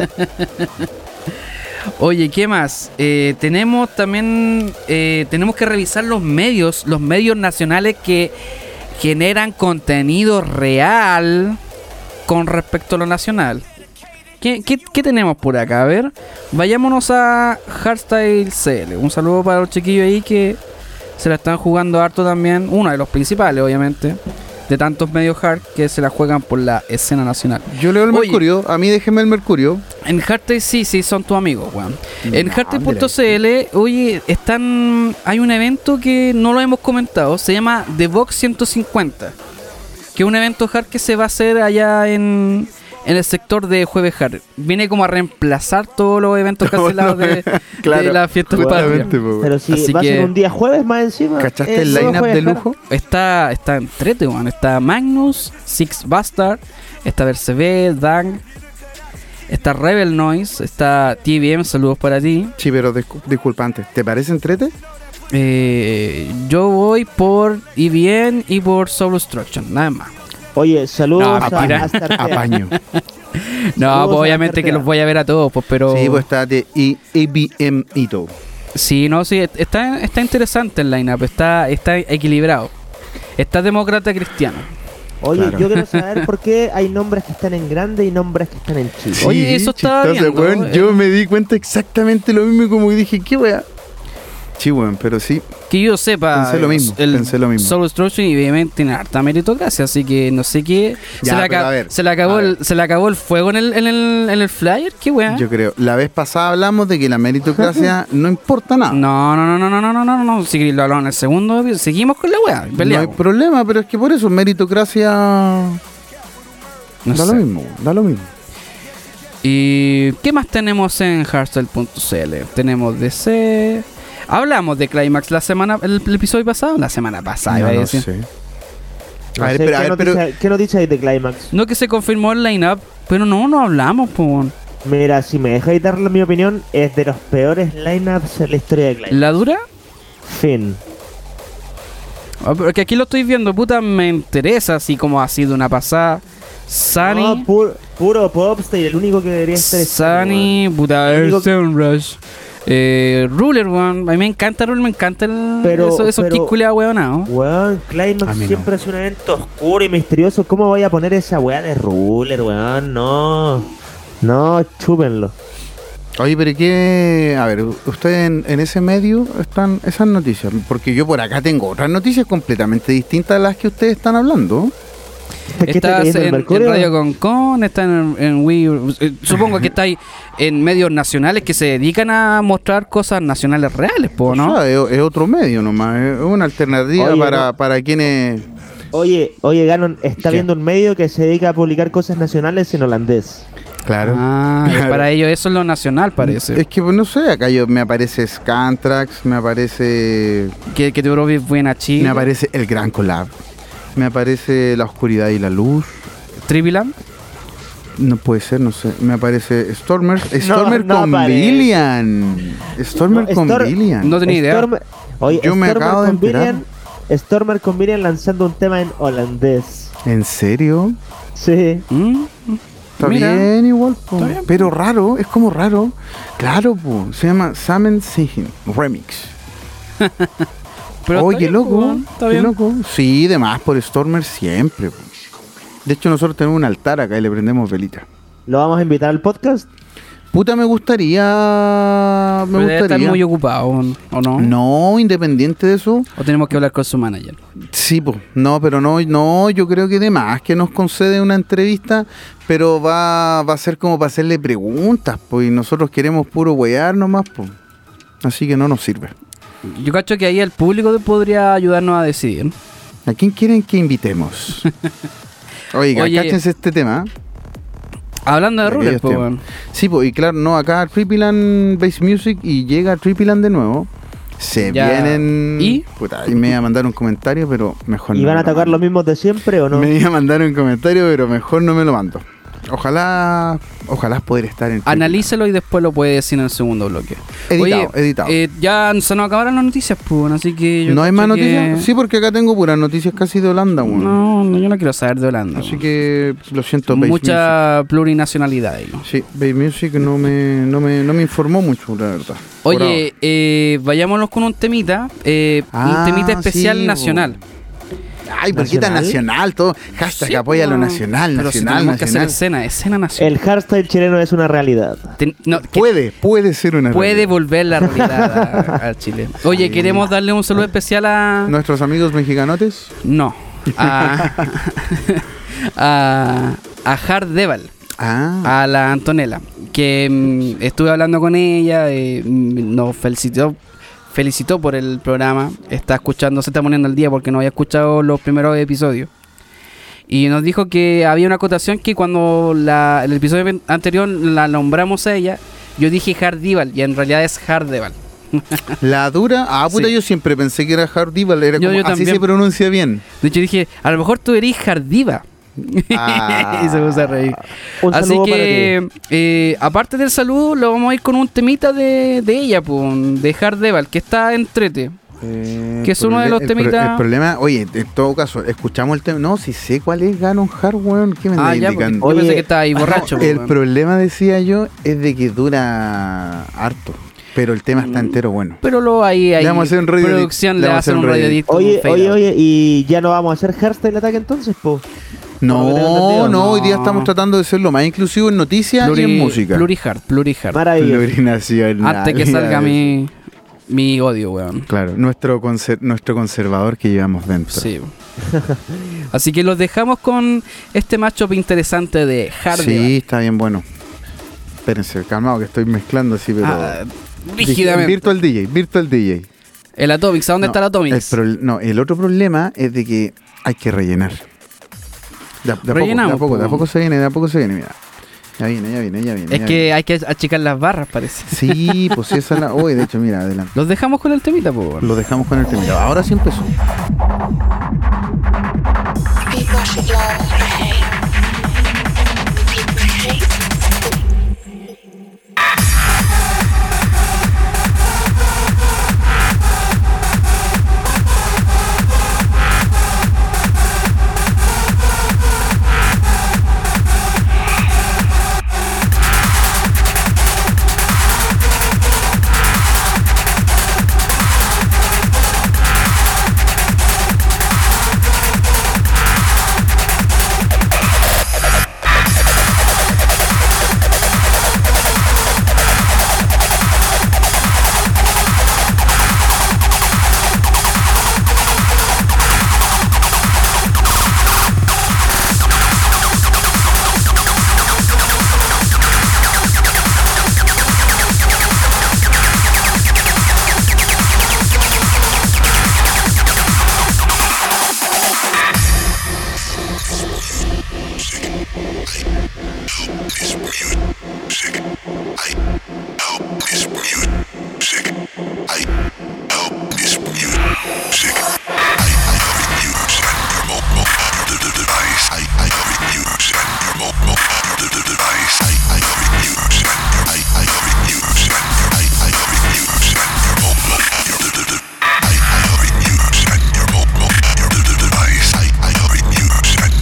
F: Oye, ¿qué más? Eh, tenemos también, eh, tenemos que revisar los medios, los medios nacionales que generan contenido real con respecto a lo nacional. ¿Qué, qué- qué tenemos por acá? A ver, vayámonos a Hardstyle CL. Un saludo para los chiquillos ahí que se la están jugando harto también. Uno de los principales, obviamente, de tantos medios hard que se la juegan por la escena nacional.
E: Yo leo el
F: Oye.
E: Mercurio, a mí déjeme el Mercurio.
F: En Harte sí, sí, son tus amigos, weón. En
E: No,
F: Harte.cl, oye, están. Hay un evento que no lo hemos comentado, se llama The Box 150. Que es un evento hard que se va a hacer allá en, en el sector de Jueves Hard. Viene como a reemplazar todos los eventos cancelados de, de las fiestas patrias.
E: justamente, po.
G: Pero si
F: Así
G: va a
F: que-
G: ser un día jueves más encima.
E: ¿Cachaste
G: eh,
E: el
G: no lo
E: line-up
G: puedes
E: de
G: dejar.
E: lujo?
F: Está, está entrete, weón. Está Magnus, Six Bastard, está Bercebe, Dang, está Rebel Noise, está TBM, saludos para ti.
E: Sí, pero discu- disculpante. ¿Te parece entrete?
F: Eh, yo voy por EBN y por Soul Destruction, nada más.
G: Oye, saludos
F: No,
G: a,
F: mentira.
G: a Startea.
E: Apaño.
F: No,
G: Saludos
F: pues
G: a
F: obviamente que
G: Cartea.
F: los voy a ver a todos, pues, pero.
E: Sí, pues está de I- IBM y todo.
F: Sí, no, sí, está, está interesante el lineup, está, está equilibrado. Está demócrata cristiano.
G: Oye,
E: Claro.
G: yo quiero saber por qué hay nombres que están en grande y nombres que están en chico.
F: Oye, eso estaba
E: chistoso,
F: viendo,
E: weón.
F: eh.
E: Yo me di cuenta exactamente lo mismo y como que dije, ¿qué weá? Sí, weón, pero sí.
F: Que yo sepa.
E: Pensé lo mismo,
F: el
E: pensé lo mismo.
F: Soul Destruction y obviamente tiene harta meritocracia, así que no sé qué.
E: Ya,
F: se, le
E: pero
F: aca-
E: a ver,
F: se le acabó
E: a
F: el, se le acabó el fuego en el, en el, en el flyer, qué weá.
E: Yo creo. La vez pasada hablamos de que la meritocracia no importa nada.
F: No, no, no, no, no, no, no, no, no. Si lo hablamos en el segundo, episodio, seguimos con la weá.
E: no hay
F: peleamos.
E: problema, pero es que por eso meritocracia
F: No
E: da
F: sé.
E: lo mismo, weón, da lo mismo.
F: ¿Y qué más tenemos en Hardstyle.cl? Tenemos DC. Hablamos de Climax la semana, el, el episodio pasado, la semana pasada, iba
E: No,
F: a
E: no
F: decir.
E: sé.
G: No
E: A ver,
G: sé,
E: pero, a
G: ¿qué,
E: ver, pero-
G: noticia- ¿Qué noticia hay de Climax?
F: No que se confirmó el lineup, pero no, no hablamos, po.
G: Mira, si me dejáis dar mi opinión, es de los peores lineups en la historia de Climax.
F: ¿La dura?
G: Fin.
F: Ah, pero que aquí lo estoy viendo, puta, me interesa así como ha sido una pasada.
G: No,
F: Sunny,
G: pu- puro popstar, el único que debería estar es este,
F: Sunny, puta,
G: El único-
F: Airstone Rush. Eh, Ruler, weón. A mí me encanta Ruler, me encanta el,
G: Pero-
F: eso, esos
G: pero-
F: kicks culiados, weonados.
G: Weón,
E: A
G: Climax
E: mí no.
G: siempre es un evento oscuro y misterioso. ¿Cómo voy a poner esa weá de ruler, weón? No. No, chúpenlo.
E: Oye, pero qué. A ver, ustedes en, en ese medio están esas noticias. Porque yo por acá tengo otras noticias completamente distintas a las que ustedes están hablando.
G: ¿Qué está
F: Estás
G: cayendo el
F: en, en
G: mercurio?
F: Radio Concon, está en, en Wii. eh, Supongo que estáis en medios nacionales que se dedican a mostrar cosas nacionales reales, po,
E: O
F: ¿no?
E: sea, es, es otro medio nomás. Es una alternativa
G: Oye,
E: para,
G: no.
E: para quienes.
G: Oye, oye, Ganon, está
E: ¿Qué?
G: viendo un medio que se dedica a publicar cosas nacionales en holandés.
E: Claro.
F: Ah,
E: Claro.
F: para ellos eso es lo nacional, parece.
E: Es que pues, no sé, acá yo, me aparece Scantrax, me aparece.
F: que, que te probes buena
E: Me
F: chica.
E: aparece el Gran Collab. Me aparece la oscuridad y la luz.
F: Triviland.
E: No puede ser, no sé. Me aparece Stormer. Stormer
G: no
E: con
G: aparece.
E: Billian. Stormer
G: No,
E: con
G: Stor-
E: Billian.
F: No tenía idea.
G: Storm- Oye,
E: Yo me acabo de
G: con
E: enterar.
G: Virian- Stormer con Virian lanzando un tema en holandés.
E: ¿En serio?
G: Sí.
F: Mm.
E: Está
D: Mira.
E: bien igual, po.
D: Está bien,
E: pero raro, es como raro. Claro, po. se llama Samen Sejin Remix.
D: Pero
E: Oye,
D: está
E: qué
D: bien,
E: loco,
D: pues, está
E: qué
D: bien.
E: loco. Sí, de más por Stormer siempre. po. De hecho, nosotros tenemos un altar acá y le prendemos velita.
G: ¿Lo vamos a invitar al podcast?
E: Puta, me gustaría. Me
F: Pero debe estar
E: gustaría.
F: muy ocupado, ¿o no?
E: No, independiente de eso.
D: O tenemos que hablar con su manager.
E: Sí, pues, no, pero no, no, yo creo que de más que nos concede una entrevista, pero va, va a ser como para hacerle preguntas, pues, y nosotros queremos puro wear nomás, pues. Así que no nos sirve.
F: Yo cacho que ahí el público podría ayudarnos a decidir.
E: ¿A quién quieren que invitemos? Oiga,
F: Oye.
E: cáchense este tema. ¿eh?
F: Hablando de
E: De
F: rulers,
E: aquellos
F: pues,
E: tiempos. Sí, pues, y claro, no, acá Tripiland Bass Music y llega Tripiland de nuevo. Se
F: Ya.
E: vienen.
F: ¿Y?
E: Puta, ahí me iba a mandar un comentario, pero mejor
G: ¿Y
E: no
G: van
E: me
G: a
E: lo
G: tocar
E: mando.
G: los mismos de siempre o no?
E: Me iba a mandar un comentario, pero mejor no me lo mando. Ojalá, ojalá poder estar en.
F: Analízalo y después lo puedes decir en el segundo bloque.
E: Editado, editado.
F: eh, ya se nos acabaron las noticias, pues, bueno, así que yo
E: ¿No hay
F: cacho
E: más
F: que-
E: noticias? Sí, porque acá tengo puras noticias casi de Holanda, weón.
F: No, no, yo no quiero saber de Holanda.
E: Así
F: bueno.
E: que lo siento, Bass Music.
F: Mucha plurinacionalidad ahí, ¿no?
E: Sí, Bass Music no me, no, me, no me informó mucho, la verdad. Por ahora.
F: Oye, eh, vayámonos con un temita, eh,
E: Ah,
F: un temita especial
E: sí, po.
F: nacional.
E: Ay, ¿por qué tan nacional todo? Hashtag apoya lo nacional,
F: Pero si
E: nacional,
F: tenemos que hacer
E: nacional.
F: escena, escena nacional.
G: El hardstyle chileno es una realidad.
F: Ten- no, que-
E: Puede, puede ser una
F: puede
E: realidad.
F: volver la realidad a, a Chile. Oye, queremos darle un saludo especial a. No.
E: Nuestros amigos mexicanotes.
F: a, a, a Hard Deval,
E: Ah,
F: a la Antonella, que mm, estuve hablando con ella, eh, mm, nos felicitó. Felicitó por el programa, está escuchando, se está poniendo al día porque no había escuchado los primeros episodios. Y nos dijo que había una acotación que cuando la, el episodio anterior la nombramos a ella, yo dije Hardival y en realidad es Hardeval.
E: la dura. Ah, puta,
F: Sí.
E: yo siempre pensé que era Hardival. Era
F: Yo-
E: como,
F: yo
E: así
F: también.
E: se pronuncia bien.
F: De hecho dije, a lo mejor tú eres Jardiva.
E: Ah.
F: y se puso a reír.
G: Un
F: Así
G: saludo
F: que, eh, aparte del saludo, lo vamos a ir con un temita de, de ella, po, de Hardeval, que está entrete. Eh, Que es
E: El
F: uno de
E: proble-
F: los
E: el pro-
F: temitas-
E: El problema, oye, en todo caso, escuchamos el tema. No, si sé cuál es Ganon Hard, weón. ¿Qué me
F: Ah,
E: está
F: ya, porque
E: indicando?
F: yo pensé
G: Oye,
F: que estaba ahí borracho. po,
E: el
F: weón.
E: problema, decía yo, es de que dura harto. Pero el tema
F: Mm.
E: está entero bueno.
F: Pero luego ahí, ahí
E: Le vamos a hacer un radio edit.
F: producción le va a hacer un radio edit con
G: Oye,
F: un fade
G: oye,
F: out.
G: oye, y ya no vamos a hacer hardstyle ataque entonces, po. No,
E: No,
G: pero-
E: no, hoy día
F: no.
E: estamos tratando de ser lo más inclusivo en noticias y en música.
F: Plurihard, plurihard.
G: Maravilloso.
E: Plurinacional.
F: Antes que salga mi, mi odio, weón.
E: Claro, nuestro, conser- nuestro conservador que llevamos dentro.
F: Sí. Así que los dejamos con este matchup interesante de Hardy.
E: Sí, está bien bueno. Espérense, calmado que estoy mezclando así, pero...
F: Ah,
E: Dije,
F: rígidamente.
E: Virtual DJ, Virtual DJ.
F: El Atomics, ¿a dónde
E: No,
F: está el Atomics?
E: el prol- no, el otro problema es de que hay que rellenar. De, a- de a poco, de a
F: Rellenamos,
E: poco, de a
F: po.
E: poco se viene, de a poco se viene, mira. Ya viene, ya viene, ya viene.
F: es
E: ya
F: que
E: viene.
F: hay que achicar las barras, parece.
E: Sí, pues sí, esa es la... Uy, de hecho, mira, adelante.
F: Los dejamos con el temita, por favor.
E: Lo dejamos con el tema. Ahora sí empezó.
A: I, I have it news and your mobile device. I, I have it news and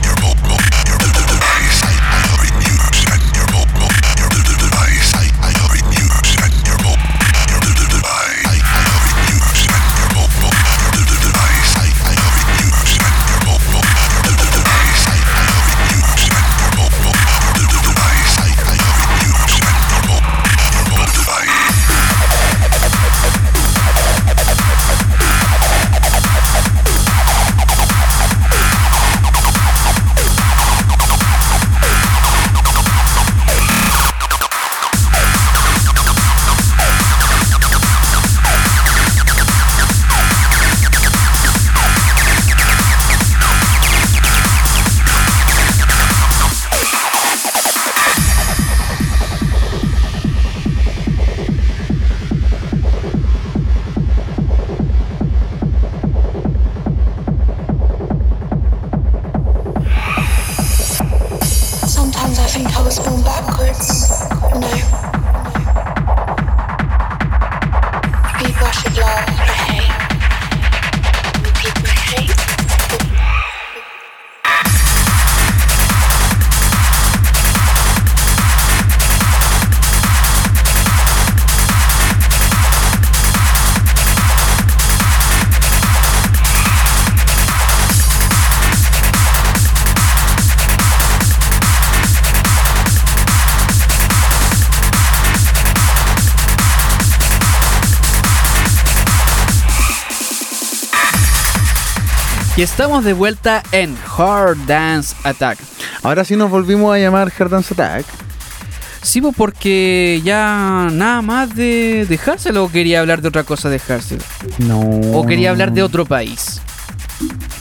H: backwards. No. We brush it low, I hate. Repeat my hate.
F: Y estamos de vuelta en Hard Dance Attack.
E: Ahora sí nos volvimos a llamar Hard Dance Attack.
F: Sí, pues porque ya nada más de dejárselo o quería hablar de otra cosa de dejárselo.
E: No.
F: O quería hablar de otro país.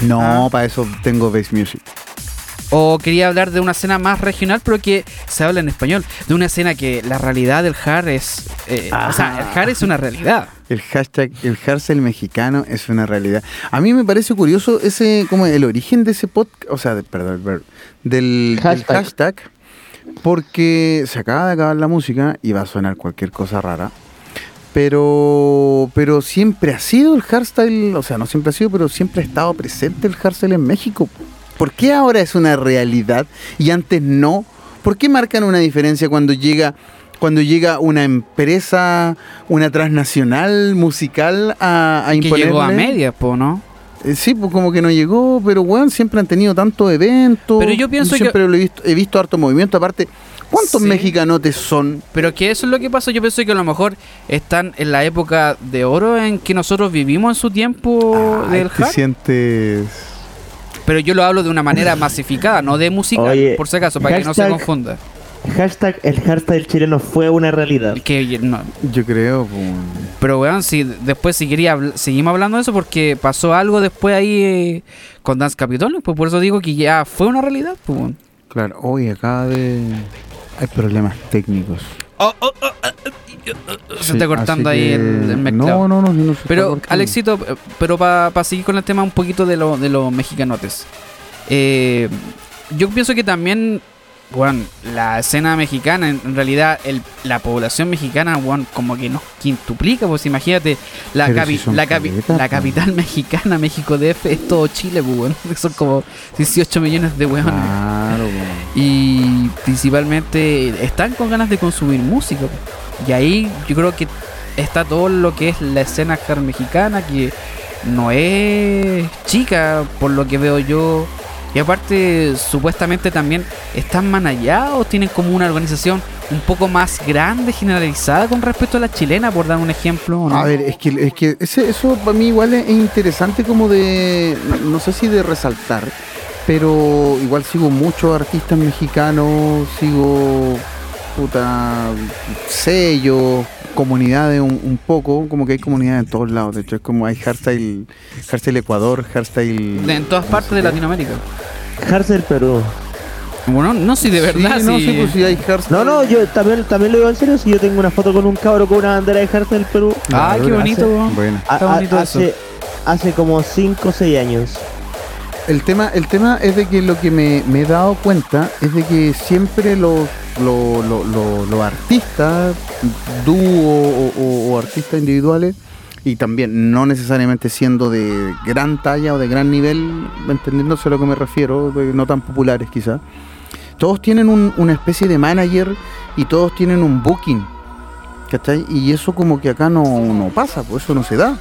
E: No, para eso tengo bass music.
F: O quería hablar de una escena más regional, pero que se habla en español. De una escena que la realidad del hard es. eh, o sea,
E: Ah.
F: el hard es una realidad.
E: El hashtag, el cárcel mexicano es una realidad. A mí me parece curioso ese, como el origen de ese podcast, o sea, de- perdón, ver- del, del
G: Hashtag.
E: hashtag, porque se acaba de acabar la música y va a sonar cualquier cosa rara. Pero, pero siempre ha sido el hardstyle, o sea, no siempre ha sido, pero siempre ha estado presente el hardstyle en México. ¿Por qué ahora es una realidad y antes no? ¿Por qué marcan una diferencia cuando llega, cuando llega una empresa, una transnacional musical a, a
F: Que llegó a
E: imponerle?
F: medias, po, ¿no?
E: Eh, Sí, pues como que no llegó, pero weón, siempre han tenido tantos eventos.
F: Pero yo pienso
E: siempre
F: que-
E: lo he visto, he visto harto movimiento. Aparte, ¿cuántos
F: Sí.
E: mexicanotes son?
F: Pero que eso es lo que pasa. Yo pienso que a lo mejor están en la época de oro en que nosotros vivimos en su tiempo
E: Ay,
F: del
E: te
F: hard.
E: sientes.
F: Pero yo lo hablo de una manera masificada, no de música,
G: Oye,
F: por si acaso, para que no se
G: hashtag-
F: confunda.
G: Hashtag el hardstyle chileno fue una realidad.
F: Que, no.
E: Yo creo, pues.
F: Pero weón, si después si quería habl- seguimos hablando de eso porque pasó algo después ahí eh, con Dance Capitol, pues por eso digo que ya fue una realidad, pues. weón.
E: Claro, hoy acá de. Hay problemas técnicos.
F: Oh, oh, oh, ah, ah, se
E: Sí,
F: está cortando
E: así
F: ahí
E: que-
F: el, el mezclado.
E: No, no, no, sí, no se está
F: Pero,
E: cortando.
F: Alexito, eh, pero para seguir con el tema un poquito de, lo, de los mexicanotes. Eh, yo pienso que también, bueno, la escena mexicana, en en realidad el- la población mexicana, bueno, como que nos quintuplica, pues imagínate, la,
E: Pero
F: capi-
E: si son
F: la, capi-
E: caletas,
F: la
E: pues.
F: capital mexicana, México DF, es todo Chile, pues, weón. son como 18 millones de weones.
E: Ah, Claro, po.
F: Y principalmente están con ganas de consumir música. po. Y ahí yo creo que está todo lo que es la escena hard mexicana, que no es chica, por lo que veo yo. Y aparte, supuestamente también están manallados, tienen como una organización un poco más grande, generalizada con respecto a la chilena, por dar un ejemplo. ¿o no?
E: A ver, es que, es que ese- eso para mí igual es interesante como de, no sé si de resaltar, pero igual sigo muchos artistas mexicanos, sigo puta sellos, comunidades un, un poco, como que hay comunidades en todos lados, de hecho es como hay hardstyle, hardstyle Ecuador, hardstyle...
F: De- en todas
E: no
F: partes
E: sé
F: de
E: qué.
F: Latinoamérica.
G: Hardstyle Perú.
F: Bueno, no, si de verdad.
E: Sí, no,
F: sí.
E: sí, pues, sí hay hardstyle.
G: No, no, yo también, también lo digo en serio. Si yo tengo una foto con un cabro con una bandera de hardstyle Perú.
F: Ah, qué
E: Madura.
F: bonito. weón.
E: Bueno.
G: A-
F: Está
G: a-
F: bonito eso.
G: Ah, hace, hace como 5 o 6 años.
E: El tema, el tema es de que lo que me, me he dado cuenta es de que siempre los, lo- lo- lo- los artistas, dúo o, o- o artistas individuales, y también no necesariamente siendo de gran talla o de gran nivel, entendiéndose a lo que me refiero, de no tan populares quizás, todos tienen un- una especie de manager y todos tienen un booking. ¿Cachai? Y eso como que acá no, no pasa, pues eso no se da.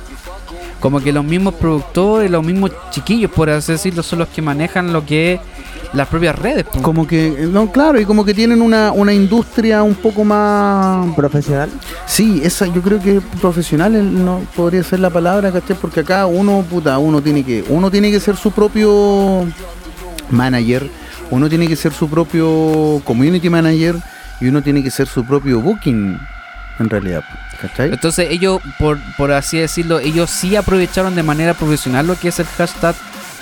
F: como que los mismos productores, los mismos chiquillos, por así decirlo, son los que manejan lo que es las propias redes. po.
E: Como que, no, claro, y como que tienen una, una industria un poco más...
G: Profesional.
E: Sí, esa yo creo que profesional es- no podría ser la palabra, ¿cachai? Porque acá uno, puta, uno tiene que, uno tiene que ser su propio manager, uno tiene que ser su propio community manager y uno tiene que ser su propio booking, en realidad, ¿cachai?
F: Entonces ellos, por, por así decirlo, ellos sí aprovecharon de manera profesional lo que es el hashtag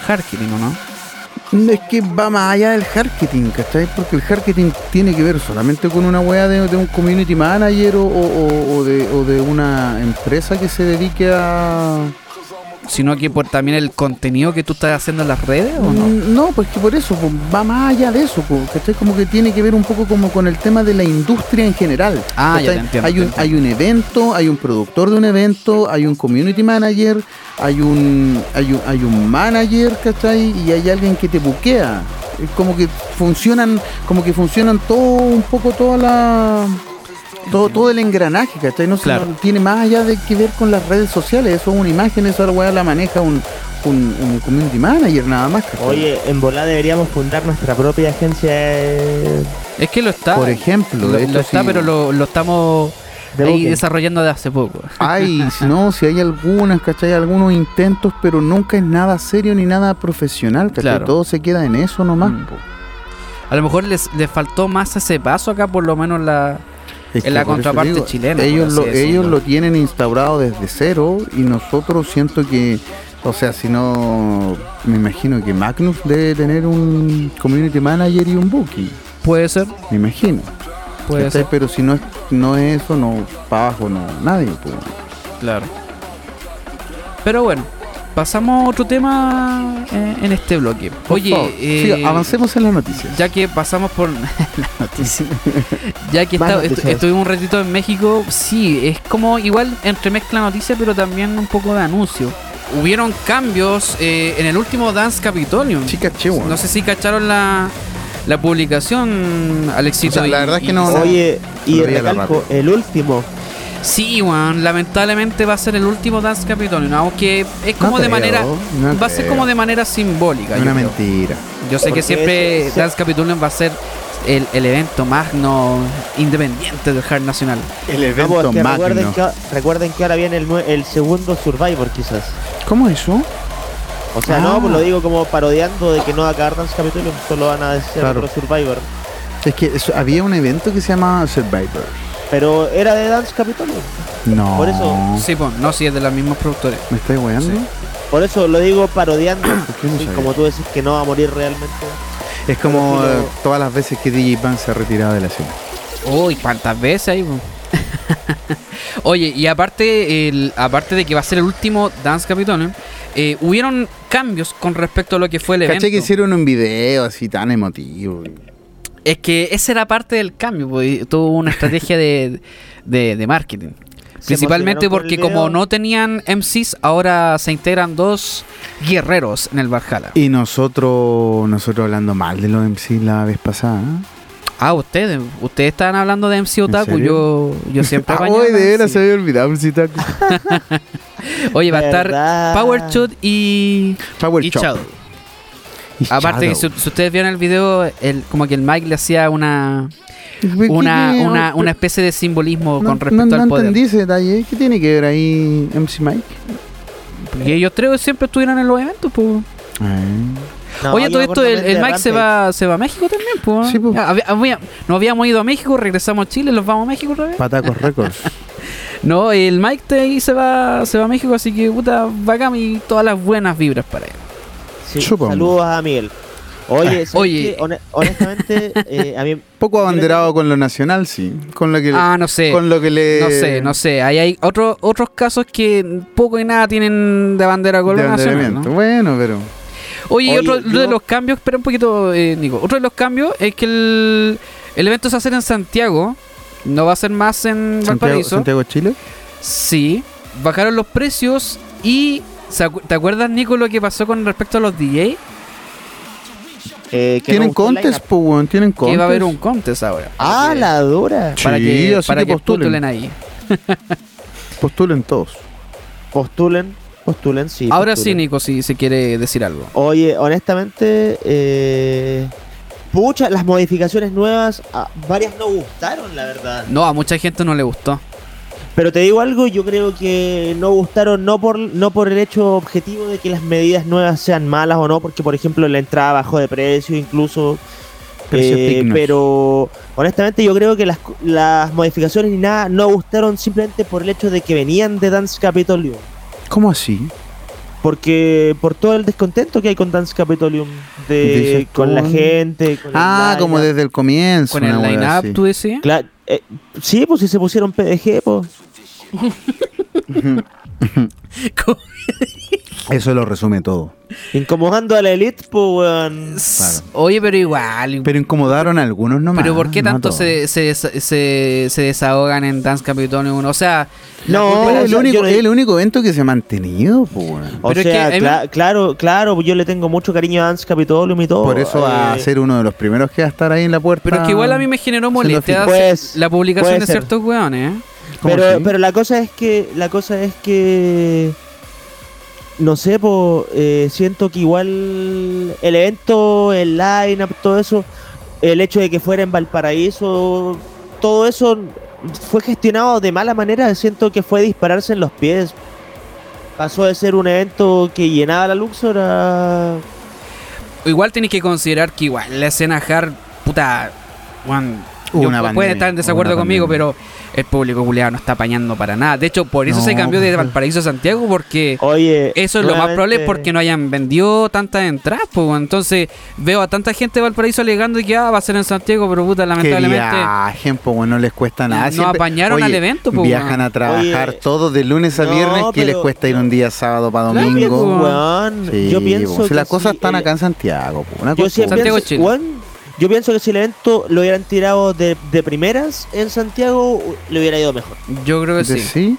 F: Harkening, ¿o ¿no?
E: Es que va más allá del marketing, ¿cachai? Porque el marketing tiene que ver solamente con una weá de, de un community manager o, o- o- o de, o de una empresa que se dedique a,
F: sino que por también el contenido que tú estás haciendo en las redes o no?
E: Mm, No, pues que por eso, pues, va más allá de eso, pues, ¿cachai? Como que tiene que ver un poco como con el tema de la industria en general.
F: Ah, ya te
E: ¿cachai?
F: entiendo,
E: Hay
F: te
E: un,
F: entiendo.
E: hay un evento, hay un productor de un evento, hay un community manager, hay un, hay un, hay un manager, ¿cachai? Y hay alguien que te buquea. Es como que funcionan, como que funcionan todo, un poco toda la... Todo, todo el engranaje, ¿cachai? No, se-
F: Claro.
E: no tiene más allá de que ver con las redes sociales. Eso es una imagen, eso la weá la maneja un, un, un community manager nada más. ¿cachai?
G: Oye, en volada deberíamos fundar nuestra propia agencia eh,
F: Es que lo está.
E: Por ejemplo,
F: lo,
E: de hecho,
F: lo está,
E: sí.
F: pero lo, lo estamos
G: De
F: ahí
G: booking.
F: desarrollando de hace poco.
E: Ay, si no, si hay algunas, ¿cachai? Algunos intentos, pero nunca es nada serio ni nada profesional, ¿cachai?
F: Claro.
E: Todo se queda en eso nomás.
F: Mm. A lo mejor les, les faltó más ese paso acá, por lo menos la.
E: Es
F: Es la
E: que por eso
F: contraparte
E: te
F: chilena, por
E: Ellos,
F: así
E: lo,
F: decirlo.
E: ellos lo tienen instaurado desde cero y nosotros siento que, o sea, si no, me imagino que Magnus debe tener un community manager y un booking,
F: Puede ser,
E: me imagino.
F: puede
E: ¿cachai?
F: ser.
E: Pero si no es, no es eso, no, para abajo, no, nadie. pues.
F: Claro. Pero bueno, pasamos a otro tema eh, en este bloque. Oye,
E: Por favor,
F: eh,
E: siga, avancemos en las noticias.
F: ya que pasamos por la noticia, ya que
G: Más
F: esta-
G: noticias.
F: estu- estuvimos un ratito en México, sí, es como igual entremezcla noticias, pero también un poco de anuncio. Hubieron cambios eh, en el último Dance Capitolium.
E: Chica Chihuahua.
F: No sé si cacharon la, la publicación, Alexito.
E: O sea, la verdad es que no-
F: Isaac.
G: Oye, y
E: Lo vi a la
G: recalco, el último.
F: Sí, weón, lamentablemente va a ser el último Dance Capitolium, aunque es como de
E: creo,
F: manera...
E: no
F: va a ser
E: creo.
F: como de manera simbólica.
E: Es
F: yo
E: una
F: creo.
E: mentira.
F: Yo sé que
G: Porque
F: siempre
G: ese-
F: Dance Capitolium va a ser el, el evento magno independiente del hard nacional.
E: El
G: No,
E: evento
G: porque
E: magno.
G: recuerden que, recuerden que ahora viene el, nue- el segundo Survivor, quizás.
E: ¿Cómo es eso?
G: O sea,
E: Ah.
G: no, pues lo digo como parodiando de que no va a acabar Dance Capitolium, solo van a hacer
E: Claro.
G: otro Survivor.
E: Es que eso- había un evento que se llamaba Survivor.
G: Pero era de Dance Capitolium.
E: No.
G: Por eso-
F: Sí, pues, no, si es de los mismos productores.
E: ¿Me estáis weando?
F: Sí.
G: Por eso lo digo parodiando.
E: qué no
G: Sí,
E: sabía?
G: como tú decís que no va a morir realmente.
E: Es como
G: Pero-
E: eh, todas las veces que DJ Pan se ha retirado de la escena.
F: Uy, ¿cuántas veces ahí? po? Oye, y aparte, el, aparte de que va a ser el último Dance Capitolium, eh, hubieron cambios con respecto a lo que fue el evento.
E: Caché que hicieron un video así tan emotivo.
F: Es que esa era parte del cambio, po, y tuvo una estrategia de, de- de marketing.
G: Se
F: Principalmente
G: emocionaron con
F: porque
G: el video.
F: como no tenían MCs, ahora se integran dos guerreros en el Valhalla.
E: Y nosotros nosotros hablando mal de los MC la vez pasada. ¿eh?
F: Ah, ustedes, ustedes estaban hablando de MC Otaku,
E: serio?
F: yo, yo siempre
E: Ah,
F: apañaba,
E: hoy de veras
F: sí.
E: se había olvidado el citaco.
F: Oye, va a estar
G: ¿Verdad?
F: Power Shot y,
E: Power
F: y
E: Chop.
F: Shadow.
E: Y
F: Aparte que si,
E: Shadow.
F: si ustedes vieron el video, el, como que el Mike le hacía una una, una, una especie de simbolismo
E: No-
F: con respecto
E: no,
F: al
E: no
F: poder.
E: entendí ese detalle. ¿Qué tiene que ver ahí MC Mike?
F: Porque ellos creo que siempre estuvieron en los eventos, pues.
E: Ah.
G: No,
F: Oye,
G: yo
F: todo
G: me
F: esto,
G: acuerdo
F: el,
G: de
F: el Mike se
G: Rampage.
F: va, se va a México también, pues.
E: Sí, po.
F: nos habíamos ido a México, regresamos a Chile, los vamos a México otra vez.
E: Patacos Records.
F: No, el Mike te- ahí se va, se va a México, así que puta, bacán y todas las buenas vibras para él.
G: Sí,
E: Supongo.
G: saludos a Miguel. Oye, ¿sabes
F: Ah, Oye.
G: qué? Hone- honestamente, eh, a mí
E: Poco abanderado con lo nacional, sí. Con lo que,
F: Ah, no sé.
E: con lo que le.
F: No sé, no sé. Ahí hay otros otros casos que poco y nada tienen de bandera
E: de
F: color nacional.
E: abanderamiento.
F: ¿no?
E: Bueno, pero.
F: Oye, y
G: Oye,
F: otro
G: yo-
F: de los cambios, espera un poquito, eh, Nico. Otro de los cambios es que el, el evento se va a hacer en Santiago. No va a ser más en
E: Santiago,
F: Valparaíso.
E: Santiago, Chile.
F: Sí. Bajaron los precios y. ¿se acu- ¿Te acuerdas, Nico, lo que pasó con respecto a los DJ?
G: eh, que
E: Tienen
G: no gustó el
E: contes,
G: lineup.
E: po, weón, Tienen contes.
F: Que va a haber un contest ahora.
G: Ah, la dura.
E: Sí,
F: para que,
E: así
F: para
E: que
F: que
E: postulen.
F: postulen ahí.
E: Postulen todos.
G: Postulen, postulen, sí.
F: Ahora sí,
G: postulen.
F: Nico, si se quiere decir algo.
G: Oye, honestamente, eh, pucha, las modificaciones nuevas, a- varias no gustaron, la verdad.
F: No, a mucha gente no le gustó.
G: Pero te digo algo, yo creo que no gustaron no por no por el hecho objetivo de que las medidas nuevas sean malas o no, porque por ejemplo la entrada bajó de precio incluso.
E: Precios
G: Eh,
E: dignos.
G: pero honestamente yo creo que las, co- las modificaciones ni nada no gustaron simplemente por el hecho de que venían de Dance Capitolium.
E: ¿Cómo así?
G: Porque por todo el descontento que hay con Dance Capitolium,
E: Dices
G: de, con la
E: tú.
G: gente. Con el
E: Ah, como
G: lineup.
E: desde el comienzo.
F: Con el
E: una wea
F: line-up,
E: así.
F: tú decías.
G: Cla- eh, sí, pues si se pusieron PDG, pues.
E: Eso lo resume todo.
G: Incomodando a la elite, pues, weón.
E: Claro.
F: Oye, pero igual. Pero,
E: Pero incomodaron a algunos nomás.
F: ¿por qué
E: no a
F: tanto
E: todos.
F: se, se, desa- se, se desahogan en Dance Capitone 1? O sea,
G: No,
E: Es el,
G: yo-
E: único,
G: yo-
E: es el único evento que se ha mantenido, po, weón.
G: O
F: Pero es
G: sea,
F: que a mí-
G: cla- claro, claro, pues yo le tengo mucho cariño a Dance Capitolium y todo.
E: Por eso va a
G: eh,
E: ser uno de los primeros que va a estar ahí en la puerta.
F: pero es que igual a mí me generó
E: Haciendo
F: molestia
G: fin. Pues,
F: la publicación
G: puede
F: de
G: ser.
F: ciertos weones, ¿eh?
E: ¿Cómo
G: Pero,
E: así?
G: pero la cosa es que. La cosa es que. No sé, po, eh, siento que igual el evento, el line-up, todo eso, el hecho de que fuera en Valparaíso, todo eso fue gestionado de mala manera. Siento que fue dispararse en los pies. Pasó de ser un evento que llenaba la Luxor a.
F: Igual tenés que considerar que igual la escena hard, puta, weón,
E: Hubo
F: yo-
E: una
F: pueden
E: pandemia,
F: estar en
E: hubo
F: desacuerdo
E: una
F: conmigo,
E: pandemia.
F: pero el público culiado no está apañando para nada. De hecho, por eso se
E: No,
F: cambió de
E: pues.
F: Valparaíso a Santiago, porque
G: Oh, Oye.
F: eso es lo más probable es porque no hayan vendido tantas entradas, pues, weón. entonces veo a tanta gente de Valparaíso alegando que ah, va a ser en Santiago, pero puta,
E: Que
F: lamentablemente.
E: viajen, po, weón, no les cuesta nada.
F: No apañaron al evento, po,
E: Viajan
F: weón.
E: a trabajar
G: Oye,
E: todos de lunes a
G: no,
E: viernes, que les
G: pero-
E: cuesta ir un día sábado para
F: Claro,
E: domingo.
F: po.
G: Weón,
E: Sí,
G: yo pienso.
E: po, si
G: que
E: las cosas
G: sí,
E: están
G: el-
E: acá en Santiago, po, una
G: Yo
E: cosa,
G: siempre
F: Santiago,
G: pienso,
F: Chile.
G: weón, yo pienso que si el evento lo hubieran tirado de, de primeras en Santiago, le hubiera ido mejor.
F: Yo creo que
E: de-
F: sí.
E: sí.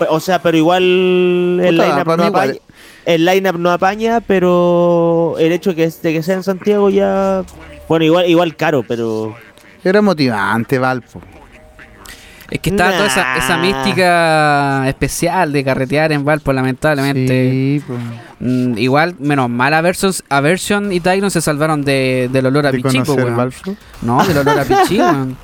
G: Pe- O sea, pero igual el
E: Puta,
G: lineup
E: para
G: no
E: mí
G: apaña.
E: igual.
G: El lineup no apaña, pero el hecho que, de que sea en Santiago ya. Bueno, igual igual caro, pero.
E: Era motivante, Valpo.
F: Es que está toda esa, esa
G: Nah.
F: mística especial de carretear en Valpo, lamentablemente.
E: Sí, po.
F: Mm, igual, menos mal, Aversion, Aversion y Tyron se salvaron de, del olor a
E: De
F: pichí, po,
E: conocer
F: weón.
E: Valpo.
F: No, del olor a pichí, weón.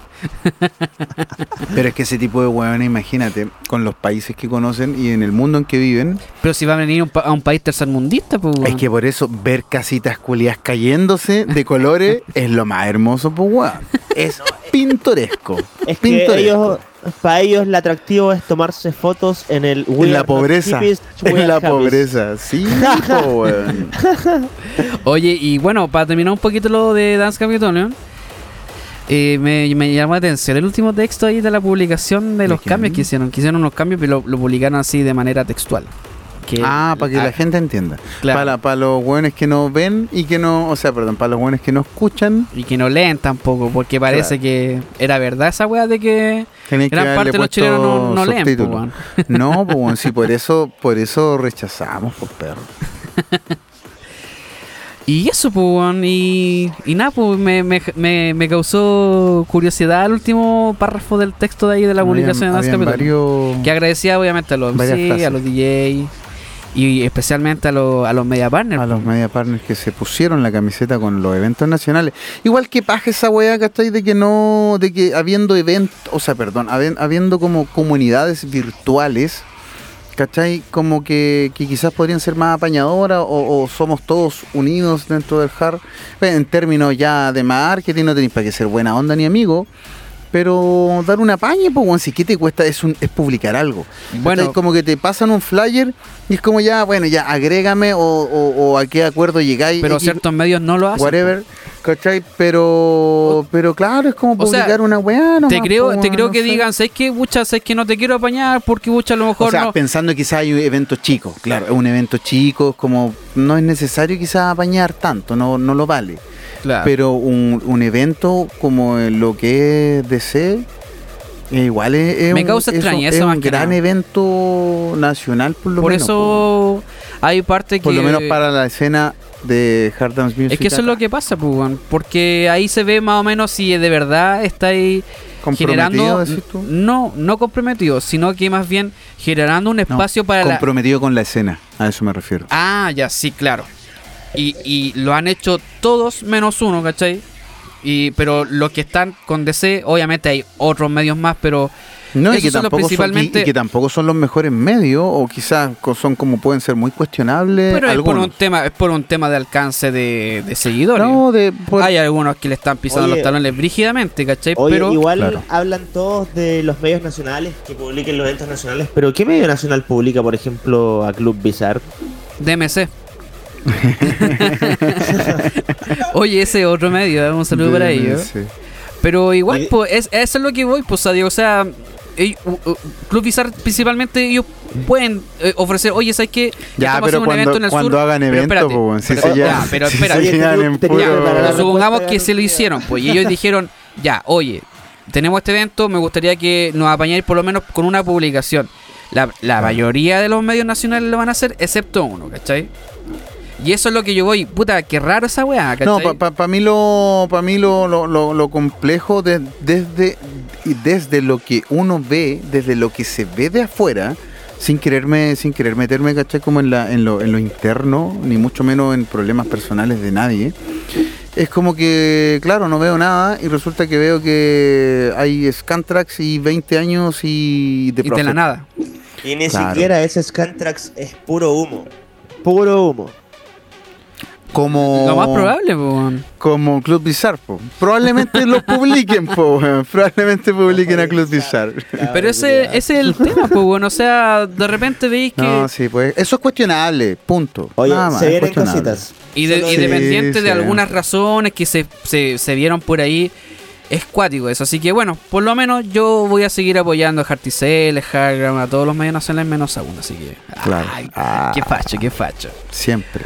E: Pero es que ese tipo de hueones, imagínate, con los países que conocen y en el mundo en que viven,
F: Pero si va a venir un pa- a un país tercermundista, pues,
E: es
F: weón.
E: que por eso ver casitas culiadas cayéndose de colores es lo más hermoso, pues hueón. Es pintoresco.
G: eh, Es que
E: pintoresco.
G: ellos. Para ellos el atractivo es tomarse fotos en el.
E: en la pobreza. En la pobreza. Sí, po, hueón.
F: Oye, y bueno, para terminar un poquito lo de Dance Capitolium, eh, me, me llamó la atención el último texto ahí de la publicación de
E: ¿De
F: los
E: qué?
F: cambios que hicieron. Que hicieron unos cambios, pero lo, lo publicaron así de manera textual. Que-
E: Ah, para que la gente entienda.
F: Claro.
E: Para, para los hueones que no ven y que no. O sea, perdón, para los hueones que no escuchan,
F: Y que no leen tampoco, porque parece que era verdad esa weá de que
E: tienen que
F: gran parte
E: haberle
F: de los
E: puesto
F: chilenos no, no leen, po,
E: subtítulos.
F: weón.
E: No, pues bueno, sí, por eso, por eso rechazamos, por perro.
F: Y eso, pues, weón, y, y nada, pues me, me, me, me causó curiosidad el último párrafo del texto de ahí de la
E: Habían-
F: publicación de Dance
E: habían
F: Capitol.
E: varios-
F: Que agradecía obviamente a los
E: Varias
F: MC,
E: frases.
F: a los DJ y especialmente a, los a los media partners.
E: A los media partners que se pusieron la camiseta con los eventos nacionales. Igual que paja esa weá, ¿cachai? De que no, de que habiendo eventos, o sea, perdón, haben- habiendo como comunidades virtuales, ¿cachai? Como que, que quizás podrían ser más apañadoras o, o somos todos unidos dentro del hard. Bueno, En términos ya de marketing, no tenéis para que ser buena onda ni amigo. Pero dar una paña, pues, weón, si ¿qué te cuesta? Es, un, es publicar algo.
F: Bueno.
E: ¿Cachai? como que te pasan un flyer y es como ya, bueno, ya agrégame o, o- o a qué acuerdo llegáis.
F: pero
E: X,
F: ciertos medios no lo hacen.
E: Whatever, ¿cachai? Pero, pero claro, es como
F: O sea,
E: publicar una weá.
F: Te
E: nomás,
F: creo,
E: pues,
F: te creo
E: no
F: que
E: sé.
F: digan, ¿sabes qué, Bucha? ¿Sabes que no te quiero apañar? Porque, Bucha, a lo mejor
E: O sea,
F: no.
E: pensando quizás hay un evento chico, claro, es un evento chico, es como no es necesario quizás apañar tanto, no, no lo vale.
F: Claro.
E: Pero un, un evento como lo que es DC, eh, igual es, es
F: Me
E: un,
F: causa
E: es un-
F: extrañeza
E: es
F: más
E: un
F: que
E: gran
F: nada.
E: evento nacional por lo
F: Por
E: menos.
F: eso hay parte que.
E: Por lo menos para la escena de Hard Dance Music.
F: Es que eso es lo que pasa, pues, weón, porque ahí se ve más o menos si de verdad está ahí
E: ¿Comprometido,
F: generando
E: decís tú?
F: no no comprometido, sino que más bien generando un
E: No,
F: espacio para la
E: comprometido con la escena, a eso me refiero.
F: Ah, ya, sí, claro. Y, y lo han hecho todos menos uno, ¿cachai? Y, pero los que están con DC, obviamente hay otros medios más, pero
E: No, y
F: esos
E: que,
F: son los
E: tampoco son, y-
F: principalmente-
E: y que tampoco son los mejores medios, o quizás co- son como pueden ser muy cuestionables.
F: pero es por
E: algunos.
F: un tema es por un tema de alcance de, de seguidores.
E: No, de, por-
F: Hay algunos que le están pisando
G: Oye.
F: los talones brígidamente, ¿cachai?
G: Oye,
F: Eh, pero
G: igual
E: Claro.
G: hablan todos de los medios nacionales que publiquen los eventos nacionales, pero ¿qué medio nacional publica, por ejemplo, a Club Bizarre?
F: DMC. Oye, ese otro medio, ¿eh? un saludo para
E: de-
F: ellos.
E: sí.
F: Pero igual,
G: Oye.
F: pues, es, eso es lo que voy, pues, a Diego. O sea, eh, u- u- Club Bizarre principalmente ellos pueden eh, ofrecer, oye, ¿sabes qué?
E: Ya,
F: Estamos haciendo
E: pero
F: un
E: cuando-
F: evento en el
E: cuando
F: sur".
E: hagan
F: Pero
E: evento,
F: espérate,
E: po, weón, si
F: pero-
E: se
F: ya,
E: llevan-
F: pero
E: si se
F: espérate.
E: llevan
I: tenía
E: en puro-
I: que preparar
F: Pero
I: la
F: supongamos
I: respuesta,
F: que
I: ya
F: se
I: no
F: lo
I: queda.
F: hicieron, pues, y ellos dijeron, ya, oye, tenemos este evento, me gustaría que nos apañáis por lo menos con una publicación. La,
E: Ah.
F: la mayoría de los medios nacionales lo van a hacer, excepto uno, ¿cachai? Y eso es lo que yo voy, puta, qué raro esa weá, ¿cachai?
E: No, para mí lo, pa' mí lo, lo- lo- lo complejo de- desde, y desde lo que uno ve, desde lo que se ve de afuera, sin quererme, sin querer meterme, ¿cachai? Como en, la, en, lo, en lo interno, ni mucho menos en problemas personales de nadie. Es como que, claro, no veo nada y resulta que veo que hay Scantrax y 20 años y de
F: y de la nada.
G: Y ni
E: Claro.
G: siquiera ese Scantrax es puro humo.
I: Puro humo.
E: Como,
F: Lo más probable, pues, weón.
E: como Club Bizarre, po. Probablemente lo publiquen, po, weón. Probablemente publiquen a Club Bizarre.
F: Pero ese, ese es el tema, pues, bueno, o sea, de repente veis que...
E: No, sí, pues eso es cuestionable, punto.
G: Oye,
E: Nada más,
G: se
E: es
G: vienen
E: cuestionable.
G: cositas.
F: Y, de-
G: Solo
F: y
E: Sí,
F: dependiente
E: sí.
F: de algunas razones que se, se, se vieron por ahí, es cuático eso. Así que bueno, por lo menos yo voy a seguir apoyando a Harticel, a Hargram, a todos los medios nacionales menos a uno. Así que.
E: Claro.
F: ay,
E: Ah.
F: Qué facho, qué facho.
E: Siempre.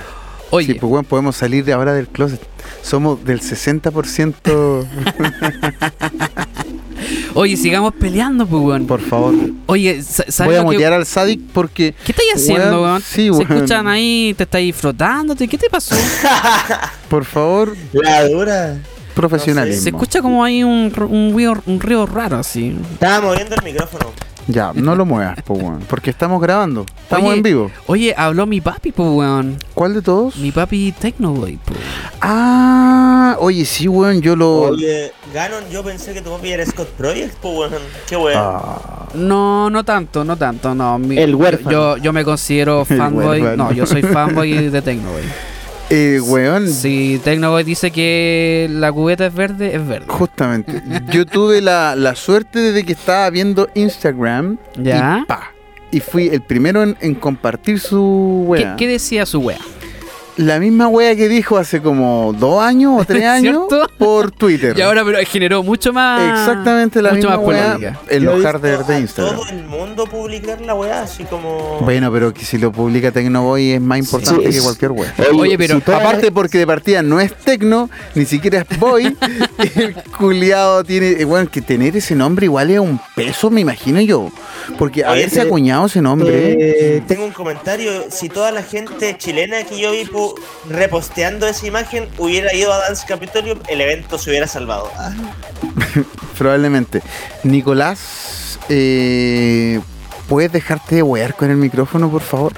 F: Oye,
E: Sí, pues bueno, podemos salir de ahora del closet. Somos del 60%.
F: oye, sigamos peleando, pues, weón.
E: Por favor.
F: Oye, sa- ¿sabes
E: Voy a
F: lo que-
E: mutear al Sadik porque.
F: ¿Qué estáis haciendo,
E: Weón,
F: weón?
E: sí,
F: Se
E: weón.
F: escuchan ahí, te estáis frotándote. ¿Qué te pasó?
E: Por favor,
G: La dura.
E: profesionalismo.
F: Se escucha como hay un, r- un, río, un río raro así.
G: Estaba moviendo el micrófono.
E: Ya, no lo muevas, pues bueno, Porque estamos grabando. Estamos
F: Oye,
E: en vivo.
F: Oye, habló mi papi, pues, weón.
E: ¿Cuál de todos?
F: Mi papi Technoboy, pues.
E: Ah, oye, sí, weón, yo lo.
G: Oye, Ganon, yo pensé que tu papi era Scott Project, pues weón. Qué
E: Ah,
G: weón.
F: No, no tanto, no tanto, no. mi-
I: El huérfano.
F: Yo, yo me considero
E: El
F: fanboy.
E: huérfano.
F: No, yo soy fanboy de Tecnoboy.
E: Eh, weón,
F: Si Tecnoboy dice que la cubeta es verde, es verde.
E: Justamente. Yo tuve la, la suerte de que estaba viendo Instagram.
F: ¿Ya?
E: Y, pa, y fui el primero en, en compartir su
F: ¿Qué,
E: wea.
F: qué decía su wea?
E: La misma wea que dijo hace como dos años o tres años
F: ¿Cierto?
E: por Twitter.
F: Y ahora pero generó mucho más.
E: Exactamente la
F: mucho
E: misma
F: más
E: wea.
F: polémica.
E: En
G: Yo he
E: los
G: visto
E: hardware de
G: a
E: Instagram.
G: Todo el mundo publicar la weá, así como.
E: Bueno, pero que si lo publica Tecnoboy es más importante
I: Sí.
E: que cualquier wea.
F: Oye, pero-
I: todas las-
E: Aparte porque de partida no es tecno, ni siquiera es boy. el culiado tiene, eh, bueno, que tener ese nombre igual es un peso, me imagino yo. Porque
G: Oye,
E: haberse
G: te-
E: acuñado ese nombre.
G: Eh, tengo un comentario. Si toda la gente chilena que yo vi pu- reposteando esa imagen hubiera ido a Dance Capitolium, el evento se hubiera salvado. Ah,
E: Probablemente. Nicolás, eh, ¿puedes dejarte de wear con el micrófono, por favor?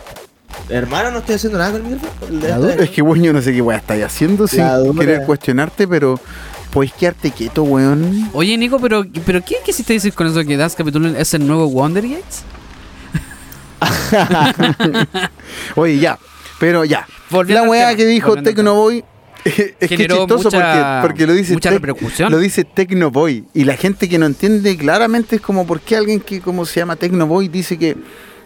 G: hermano, no estoy haciendo nada con el micrófono.
I: La
G: Esto
E: Es que, weón, yo no sé qué weá estáis haciendo sin
I: La dura.
E: querer cuestionarte, pero podéis quedarte quieto, weón.
F: Oye, Nico, pero, pero ¿qué quisiste decir con eso que Das Capitulum es el nuevo Wonder Gates?
E: Oye, ya. Pero ya.
F: Volviendo
E: la
F: al
E: weá
F: tema,
E: que dijo
F: volviendo al tema.
E: Tecnoboy. eh, Es que es
F: Generó
E: chistoso
F: mucha-
E: porque, porque lo dice
F: mucha
E: Tec-
F: repercusión.
E: Lo dice Tecnoboy. Y la gente que no entiende claramente es como por qué alguien que como se llama Tecnoboy dice que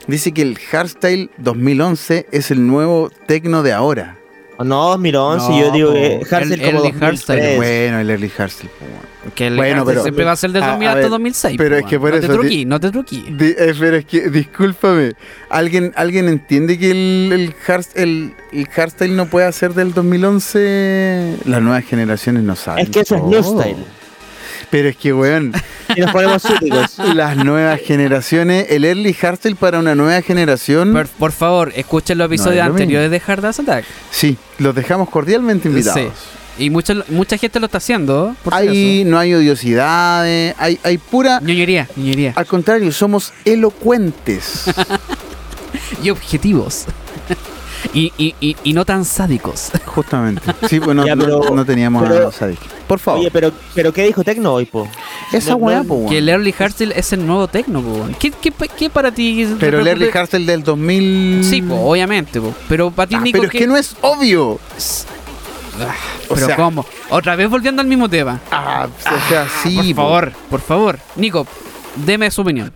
E: dice que el hardstyle 2011 es el nuevo tecno de ahora.
G: No, 2011,
F: No,
G: yo digo
F: po.
G: que Harsel
F: El-
G: como
F: el de Harsel,
G: 2003.
E: Bueno, el early hardstyle. po, weón.
F: Que el
E: Bueno,
F: Garza
E: pero-
F: siempre va a ser del
E: a- a
F: 2000 hasta
E: ver,
F: 2006.
E: pero
F: po,
E: es que
F: weón.
E: por
F: No
E: eso te-
F: te truquí, no te truquí.
E: Di- eh, pero es que, discúlpame, ¿alguien, ¿alguien entiende que el, el, hard- el, el hardstyle no puede ser del 2011? Las nuevas generaciones no saben.
I: Es que eso es
E: todo.
I: new style.
E: Pero es que, weón,
I: Y nos ponemos súticos.
E: las nuevas generaciones, el early hardstyle para una nueva generación.
F: Por, por favor, escuchen los
E: es
F: episodios
E: lo
F: anteriores de Hard Dance Attack.
E: sí, los dejamos cordialmente invitados.
F: Sí. Y mucha, mucha gente lo está haciendo. Por si
E: Hay, no hay odiosidades, hay, hay pura...
F: acaso. Ñoñería, ñoñería.
E: Al contrario, somos elocuentes.
F: Y objetivos. Y, y, y, y no tan sádicos.
E: Justamente. Sí, bueno,
I: Ya, pero-
E: no, no teníamos
I: pero-
E: a Sadik. Por favor.
I: Oye, pero, pero ¿qué dijo Tecno hoy, po?
E: esa
I: no-
E: weá,
I: no-
E: po, weón.
F: Que el early hardstyle es el nuevo techno, po, weón. ¿Qué, qué, qué para ti?
E: Pero el early
F: repercute?
E: hardstyle del 2000...
F: Sí, po, obviamente, po. Pero para ti,
E: Ah,
F: Nico,
E: pero es
F: ¿qué-
E: que no es obvio.
F: Ah,
E: o
F: pero
E: sea-
F: ¿cómo? Otra vez volviendo al mismo tema.
E: Ah, o sea,
F: por
E: sí. po.
F: favor, por favor. Nico, deme su opinión.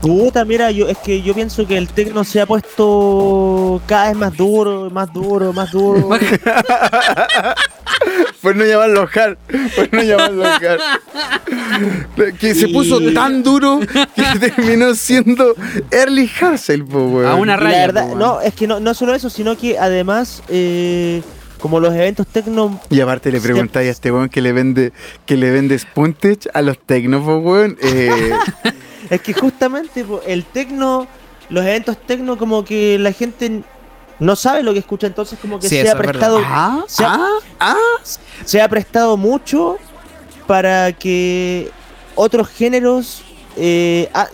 G: Puta, mira, ah, yo, es que yo pienso que el tecno se ha puesto cada vez más duro, más duro, más duro.
E: Por no llamarlo hard. Por no llamarlo hard. Que se puso
G: Y-
E: tan duro que terminó siendo Early Hassel, po, weón.
F: A una
G: Y
F: raya.
G: la verdad,
F: po,
G: no, es que no, no solo eso, sino que además, eh, como los eventos tecno
E: Y aparte le
G: Sí.
E: preguntáis a este weón que le vende que le vende Spuntage a los tecnofos, weón. Eh,
G: Es que justamente po, el tecno, los eventos tecno, como que la gente no sabe lo que escucha, entonces como que
F: Sí,
G: se,
F: eso
G: ha
F: es verdad.
G: prestado,
E: ah,
G: se, ha,
E: ah, ah.
G: se ha prestado mucho para que otros géneros eh, a-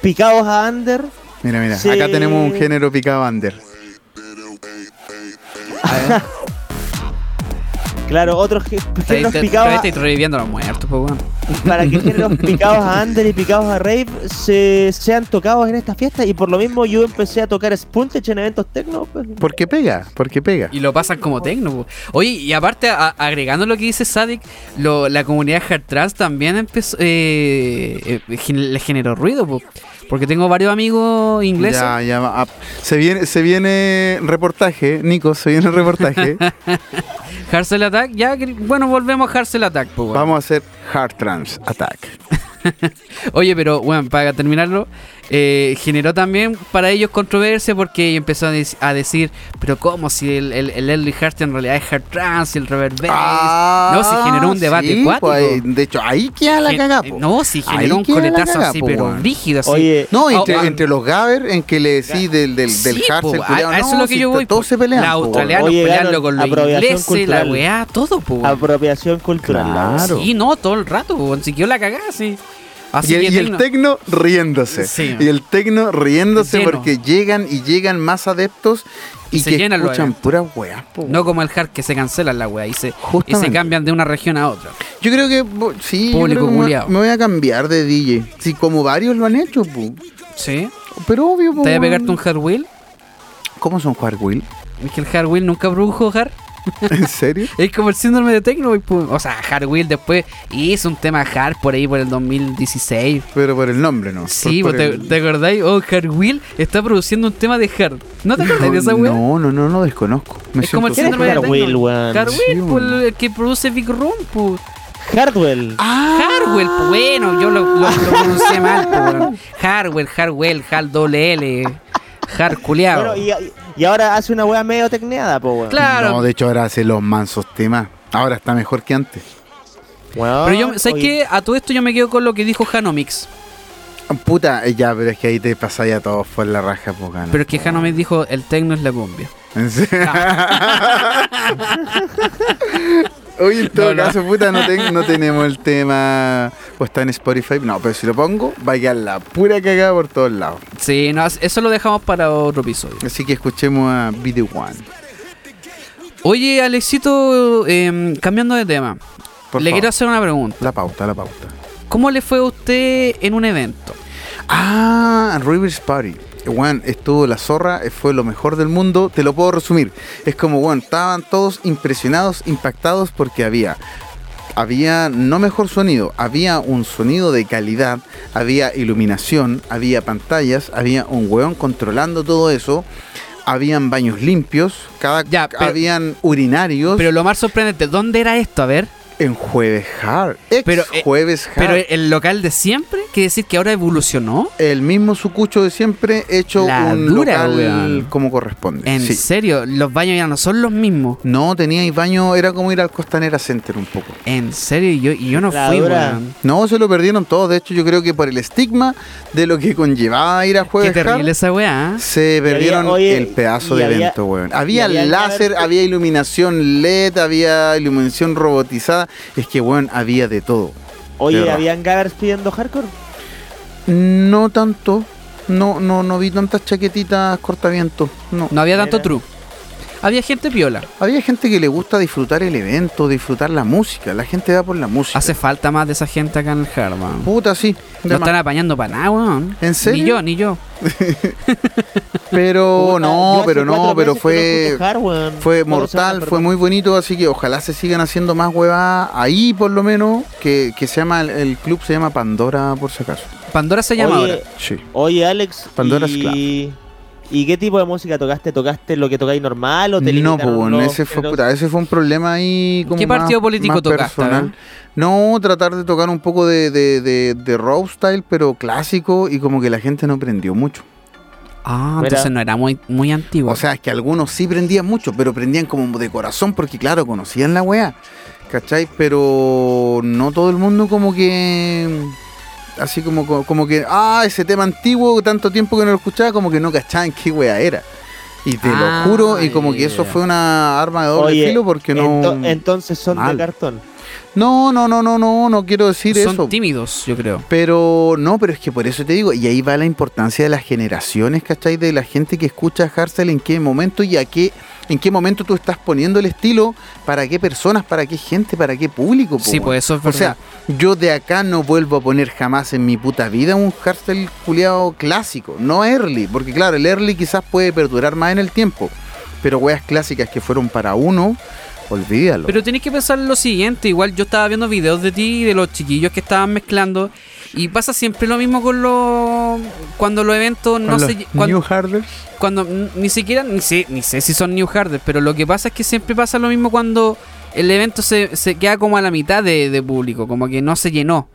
G: picados a under,
E: Mira, mira,
G: Sí.
E: acá tenemos un género picado under.
G: claro, otros gé-
F: Te-
G: géneros
F: te-
G: picados
F: todavía
G: a-
F: estoy reviviendo a los muertos, po, weón.
G: para que géneros picados a under y picados a rave se, sean tocados en estas fiestas y por lo mismo yo empecé a tocar Spuntage en eventos tecno. pues.
E: ¿Por qué pega? ¿Por qué pega?
F: Y lo pasan como tecno, po. Oye, y aparte, a- agregando lo que dice Sadik, lo- la comunidad hard trans también empezó, eh, eh, gen- le generó ruido, po. Porque tengo varios amigos ingleses.
E: Ya, ya, ah, se viene, se viene reportaje, Nico, se viene reportaje.
F: Harsel Attack, ya, que- bueno, volvemos a Harsel Attack, po, weón.
E: Vamos a hacer Hard Trans Attack.
F: Oye, pero bueno, para terminarlo, eh, generó también para ellos controversia porque empezó a, dec- a decir, pero ¿cómo si el, el, el Early Heart en realidad es Hard Trans y el Reverb Bass? no, si generó un debate
E: Ah, sí,
F: cuático.
E: pues, ahí- de hecho, ahí queda la
F: Gen-
E: cagada.
F: eh,
E: po.
F: No, si
E: Ahí
F: generó un
E: queda la
F: coletazo
E: cagá,
F: así,
E: po,
F: pero
E: weón.
F: rígido así.
G: Oye,
E: No,
F: Ah,
E: entre,
F: ah,
E: entre los Gaber, en que le decís del, del, del
F: sí,
E: Hard
F: po,
E: el
F: a-
E: culiao,
F: a eso
E: no,
F: es lo que
E: si
F: yo voy. pues. po.
E: Todos se pelean. pues,
F: Los
E: po,
F: australianos
G: Oye,
F: peleando
G: Ganon,
F: con los
G: apropiación
F: ingleses,
G: cultural.
F: la weá, todo, po. weón.
G: Apropiación cultural. la verdad.
E: Claro.
F: Sí, no, todo el rato, po. Si quedó la cagada, sí. Así
E: Y el,
F: que
E: y el
F: tecno-
E: tecno riéndose.
F: Sí.
E: Y el tecno riéndose
F: Lleno.
E: porque llegan y llegan más adeptos y,
F: Y se
E: que
F: llenan los
E: escuchan pues,
F: eventos.
E: puras weas. po.
F: No como el hard que se cancelan la weá y se, y se
E: Justamente.
F: cambian de una región a otra.
E: Yo creo que bo- sí, yo
F: Público
E: creo que me-
F: culiao.
E: me, voy a cambiar de DJ. Sí, como varios lo han hecho, po.
F: Sí.
E: pero obvio. po,
F: ¿Te voy a
E: weón.
F: pegarte un hard wheel?
E: ¿Cómo son Hard Wheel?
F: Es que el hard wheel nunca produjo hard.
E: ¿En serio?
F: Es como el síndrome de techno. y pum. O sea, hard wheel después hizo un tema hard por ahí por el 2016.
E: Pero por el nombre, ¿no?
F: Sí,
E: por,
F: vos te,
E: por el-
F: ¿te acordáis? Oh, Hard Wheel está produciendo un tema de hard. ¿No te acordás de esa weá?
E: no, no, no, no desconozco. Me
F: Es como el
E: siento-
F: síndrome de
G: Hard
F: techno.
G: Wheel, weón.
F: Hard
E: Sí,
F: Wheel, pues,
E: weón.
F: el que produce Big Room, pues.
G: Hardwell.
E: Ah.
F: Hardwell, pues, bueno, yo lo, lo, lo pronuncié mal, pues, weón. Hardwell, Hardwell, Hard doble L, Hard culiao.
G: Bueno, y, y ahora hace una wea medio tecneada, po, weón.
F: Claro,
E: No, de hecho ahora hace los mansos temas. Ahora está mejor que antes.
G: Weón,
F: pero yo, ¿sabes
G: oye,
F: qué? A todo esto yo me quedo con lo que dijo Hanomix.
E: Ah, Puta, eh, ya, pero es que ahí te pasáis a todos por la raja, poca.
F: Pero es que Hanomix dijo, el tecno es la cumbia.
E: Oye, en todo
F: No, no.
E: caso, puta, no, ten- no tenemos el tema. O está en Spotify. No, pero si lo pongo, va a quedar la pura cagada por todos lados.
F: Sí, no, eso lo dejamos para otro episodio.
E: Así que escuchemos a Video One.
F: Oye, Alexito, em, cambiando de tema,
E: Por
F: le
E: favor.
F: quiero hacer una pregunta.
E: La pauta, la pauta.
F: ¿Cómo le fue a usted en un evento?
E: Ah, Rivers Party. Juan, estuvo la zorra, eh, fue lo mejor del mundo. Te lo puedo resumir. Es como, Juan, estaban todos impresionados, impactados porque había. Había no mejor sonido, había un sonido de calidad, había iluminación, había pantallas, había un weón controlando todo eso, habían baños limpios, cada,
F: Ya, pero-
E: habían urinarios
F: Pero lo más sorprendente, ¿dónde era esto? A ver.
E: en jueves hard, ex
F: Pero, eh,
E: jueves hard.
F: Pero el local de siempre, quiere decir que ahora evolucionó.
E: El mismo sucucho de siempre, hecho
F: La
E: un
F: dura,
E: local
F: weón.
E: como corresponde.
F: En
E: sí.
F: serio, los baños ya no son los mismos.
E: No, tenía ahí baño, era como ir al Costanera Center un poco.
F: En serio, y yo, y yo no
G: La
F: fui,
G: dura.
F: weón.
E: No, se lo perdieron todos, de hecho yo creo que por el estigma de lo que conllevaba ir a
F: Qué
E: Jueves
F: terrible
E: Hard,
F: esa weá. ¿eh?
E: se perdieron
G: oye,
E: el pedazo
G: y
E: de
G: había-
E: evento, weón.
G: y
E: Había,
G: había el
E: láser,
G: haber-
E: había iluminación LED, había iluminación robotizada, es que, weón, había de todo. de
G: Oye,
E: verdad.
G: ¿habían gabbers pidiendo hardcore?
E: No tanto, no, no, no vi tantas chaquetitas cortavientos, no.
F: No había tanto
G: Mira.
F: true. había gente piola.
E: Había gente que le gusta disfrutar el evento, disfrutar la música. La gente va por la música.
F: Hace falta más de esa gente acá en el hard, weón.
E: Puta, sí.
F: No
E: de más.
F: están apañando para nada, weón.
E: ¿En serio?
F: Ni yo, ni yo.
E: Pero
G: Puta, yo
E: Oh, no,
G: hace
E: pero no,
G: cuatro
E: pero
G: meses que no
E: fue
G: escucho hard, weón.
E: fue
G: Toda la semana,
E: mortal,
G: perdón.
E: fue muy bonito, así que ojalá se sigan haciendo más huevadas ahí por lo menos, que, que se llama el, el club se llama Pandora por si acaso.
F: Pandora se llama
G: Oye,
F: ahora.
E: Sí.
G: Oye, Alex.
E: Pandora's
G: y... ¿Y qué tipo de música tocaste? ¿Tocaste lo que tocáis normal o te
E: No,
G: limitaron
E: pues bueno,
G: los
E: ese fue,
G: géneros?
E: puta, ese fue un problema ahí como
F: ¿Qué
E: más-
F: partido político
E: más
F: tocaste,
E: personal.
F: eh?
E: No, tratar de tocar un poco de, de, de, de rock style, pero clásico y como que la gente no prendió mucho.
F: Ah,
G: Mira.
F: entonces no era muy, muy antiguo.
E: O sea, es que algunos sí prendían mucho, pero prendían como de corazón porque, claro, conocían la weá. ¿Cachai? Pero no todo el mundo como que... Así como, co- como que, ah, ese tema antiguo, tanto tiempo que no lo escuchaba, como que no cachaban qué weá era. Y te
F: Ah,
E: lo juro, y como que eso
F: ya.
E: fue una arma de doble
G: Oye,
E: filo porque no...
G: ento- entonces son
E: Mal.
G: de cartón.
E: no, no, no, no, no, no quiero decir
F: Son
E: eso.
F: tímidos, yo creo.
E: Pero no, pero es que por eso te digo, y ahí va la importancia de las generaciones, ¿cachai? De la gente que escucha Hardstyle en qué momento y a qué, en qué momento tú estás poniendo el estilo, para qué personas, para qué gente, para qué público. po,
F: Sí,
E: weón.
F: pues eso es
E: O
F: verdad.
E: sea, yo de acá no vuelvo a poner jamás en mi puta vida un Hardstyle culiado clásico, no early, porque claro, el early quizás puede perdurar más en el tiempo, pero weas clásicas que fueron para uno, olvídalo.
F: Pero tenés que pensar en lo siguiente, igual yo estaba viendo videos de ti y de los chiquillos que estaban mezclando y pasa siempre lo mismo con los cuando los eventos no se lle- cuan-
E: Harders?
F: cuando, n- ni siquiera ni sé ni sé si son new harders, pero lo que pasa es que siempre pasa lo mismo cuando el evento se, se queda como a la mitad de, de público, como que no se llenó.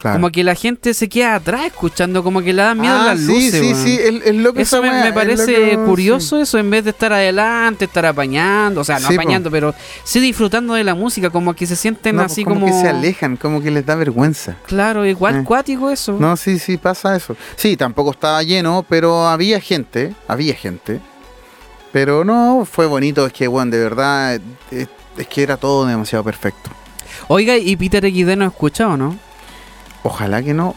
E: Claro.
F: Como que la gente se queda atrás escuchando, como que le dan miedo
E: Ah,
F: las
E: sí,
F: luces.
E: Sí,
F: weón.
E: sí, es, es loco
F: Eso
E: esa
F: me,
E: weá,
F: me
E: es
F: parece
E: loco,
F: curioso eso, en vez de estar adelante, estar apañando, o sea, no
E: Sí, po.
F: apañando, pero sí disfrutando de la música, como que se
E: sí.
F: sienten
E: No,
F: así
E: pues
F: como...
E: que se alejan, como que les da vergüenza.
F: Claro, igual
E: Eh.
F: cuático eso.
E: No, sí, sí, pasa eso. Sí, tampoco estaba lleno, pero había gente, había gente. Pero no, fue bonito, es que, bueno, de verdad, eh, es, que era todo demasiado perfecto.
F: Oiga, ¿y Peter XD no escucha o no?
E: Ojalá que no.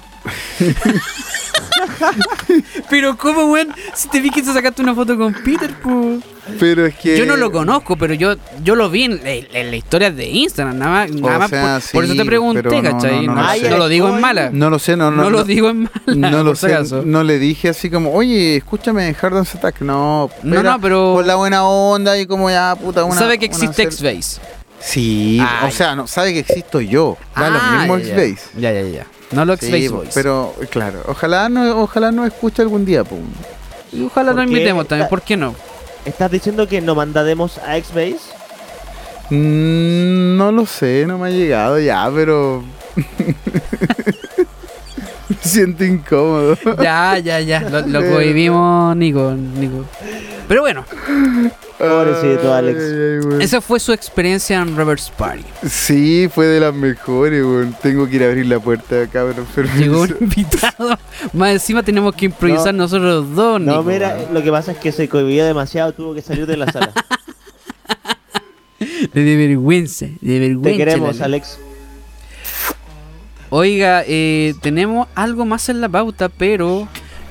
F: Pero ¿cómo, weón? Si te vi que te sacaste una foto con Peter, po.
E: Pero es que...
F: Yo no lo conozco, pero yo, yo lo vi en, en- en la historia de Instagram, nada más. nada más
E: sea,
F: por,
E: sí,
F: por eso te pregunté,
E: pero no,
F: ¿cachai?
E: no,
F: No,
E: no, no
F: no
E: sé.
F: lo digo en mala. No,
E: No lo sé, no, no.
F: lo digo en mala.
E: No lo
F: por si
E: sé,
F: acaso.
E: no le dije así como, oye, escúchame, Hard Dance Attack. No,
F: No, no, pero-
E: Por la buena onda y como ya, puta, una.
F: Sabe que
E: una
F: existe
E: cel-
F: X-Face.
E: Sí,
F: Ay.
E: o sea, no, sabe que existo yo. Da
F: Ah,
E: lo mismo
F: ya,
E: X-Face.
F: Ya, ya, ya. ya. No lo
E: Sí,
F: X-Face
E: po,
F: Boys.
E: pero claro, ojalá no, ojalá no escuche algún día, pum.
F: Y ojalá lo
G: ¿Por qué?
F: invitemos también, ¿por qué no?
G: ¿Estás diciendo que no mandademos a X-Base?
E: Mm, No lo sé, no me ha llegado ya, pero me siento incómodo.
F: Ya, ya, ya. Lo, lo cohibimos, Nico, Nico. Pero bueno,
G: Pobrecito, Alex.
E: Ay, ay, ay, weón.
F: esa fue su experiencia en Reverse Party.
E: Sí, fue de las mejores, weón. Tengo que ir a abrir la puerta, cabrón. permiso.
F: Llegó un invitado. Más encima tenemos que improvisar nosotros dos, Nico.
G: No, mira,
F: weón.
G: lo que pasa es que se cohibió demasiado, tuvo que salir de la sala.
F: De vergüenza, de vergüenza.
G: Te queremos,
F: Lalo.
G: Alex.
F: Oiga, eh, tenemos algo más en la pauta, pero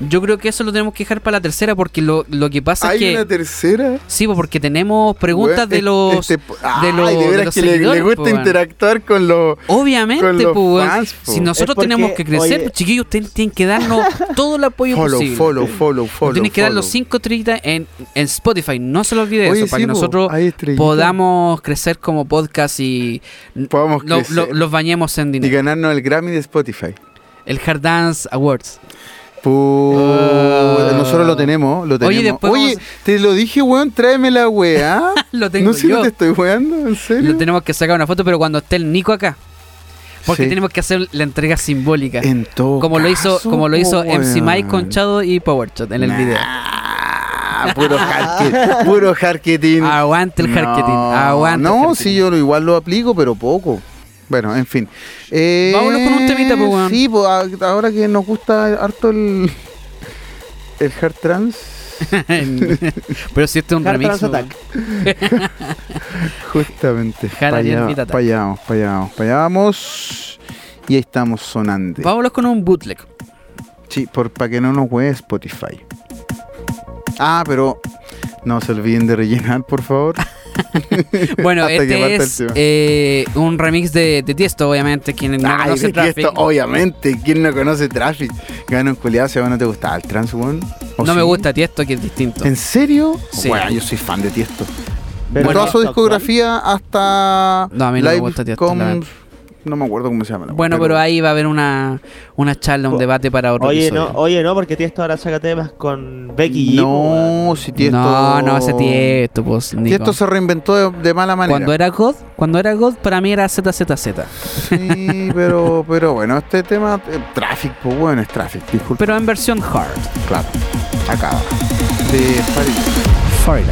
F: yo creo que eso lo tenemos que dejar para la tercera porque lo, lo que pasa
E: ¿Hay
F: es que...
E: una tercera?
F: Sí, pues, porque tenemos preguntas
E: Weón,
F: de
E: este-
F: los...
E: este po-
F: de los,
E: Ay, de
F: de
E: veras
F: los
E: que le- le,
F: seguidores,
E: gusta
F: po, weón.
E: interactuar con los... con
F: Obviamente,
E: los
F: pues, weón.
E: fans, po.
F: si nosotros
G: Es porque,
F: tenemos que crecer, pues,
G: oye-
F: chiquillos, ustedes tienen que darnos todo el apoyo
E: Follow,
F: posible.
E: follow, follow, follow.
F: Tienen que dar los
E: follow.
F: 5 estrellitas en, en Spotify, no se los olvide
E: Oye,
F: eso, para
E: sí,
F: que
E: po,
F: nosotros
E: hay estrellitas.
F: podamos crecer como podcast y
E: Podamos
F: lo-
E: crecer.
F: lo- los bañemos en
E: Y
F: dinero.
E: ganarnos el Grammy de Spotify.
F: El Hard Dance Awards.
E: Puta, nosotros lo tenemos, lo tenemos.
F: Ah. Oye,
E: Oye,
F: después vamos
E: te lo dije, weón, tráeme la weá.
F: Lo tengo
E: no sé si
F: yo.
E: no te estoy weando, en serio.
F: Lo tenemos que sacar una foto, pero cuando esté el Nico acá. Porque
E: Sí.
F: tenemos que hacer la entrega simbólica.
E: En todo
F: como lo hizo,
E: caso,
F: como lo hizo
E: po,
F: MC Mike
E: weón.
F: con Chado y Powershot en el video.
E: Ah, puro jarquet, puro jarquetín.
F: Aguante el jarquetín, aguante el
E: No,
F: jarquetín.
E: sí, yo lo- igual lo aplico, pero poco. Bueno, en fin. Eh,
F: Vámonos con un temita, po, weón.
E: Sí, po, a- ahora que nos gusta harto el. El hard trans,
F: pero si este es un
G: Hard
F: remix.
G: Trans Attack.
E: justamente.
F: Hard
E: pa' allá-
F: Trans Attack.
E: pa' allá vamos, pa' allá vamos, pa' allá vamos. Y ahí estamos sonando.
F: Vámonos con un bootleg.
E: Sí, por para que no nos hueve Spotify. Ah, pero No se olviden de rellenar, por favor.
F: Bueno,
E: Hasta que
F: este
E: parta
F: es
E: el tema.
F: eh, un remix de, de Tiesto, obviamente, quien no
E: Ay,
F: conoce
E: de oh, que
F: Traffic.
E: esto, obviamente, ¿quién no conoce Traffic? Ganon culiado, si a vos no te gustaba el trans, weón. ¿O
F: No me
E: sí?
F: gusta Tiesto, que es distinto.
E: ¿En serio?
F: Sí.
E: Weón, yo soy fan de Tiesto.
G: Pero
E: Toda su
G: actual.
E: discografía hasta.
F: No, a mí no me
E: Live
F: gusta Tiesto,
E: Comes-
F: la verdad.
E: No me acuerdo cómo se llama. la
F: Bueno,
E: weá,
F: pero ahí va a haber una, una charla,
E: Oh,
F: un debate para otro
G: Oye, no,
F: episodio.
G: oye, no, porque Tiesto ahora saca temas con Becky G. po,
E: No,
G: weón.
E: si oh, Tiesto.
F: No, no, ese Tiesto, pues, Nico.
E: Tiesto se reinventó de, de mala manera.
F: Cuando era God, cuando era God, para mí era ZZZ.
E: Sí, pero, pero bueno, este tema. eh, Traffic, pues bueno, es Traffic, disculpe.
F: Pero en versión hard.
E: Claro, acaba. De París.
F: Farlight.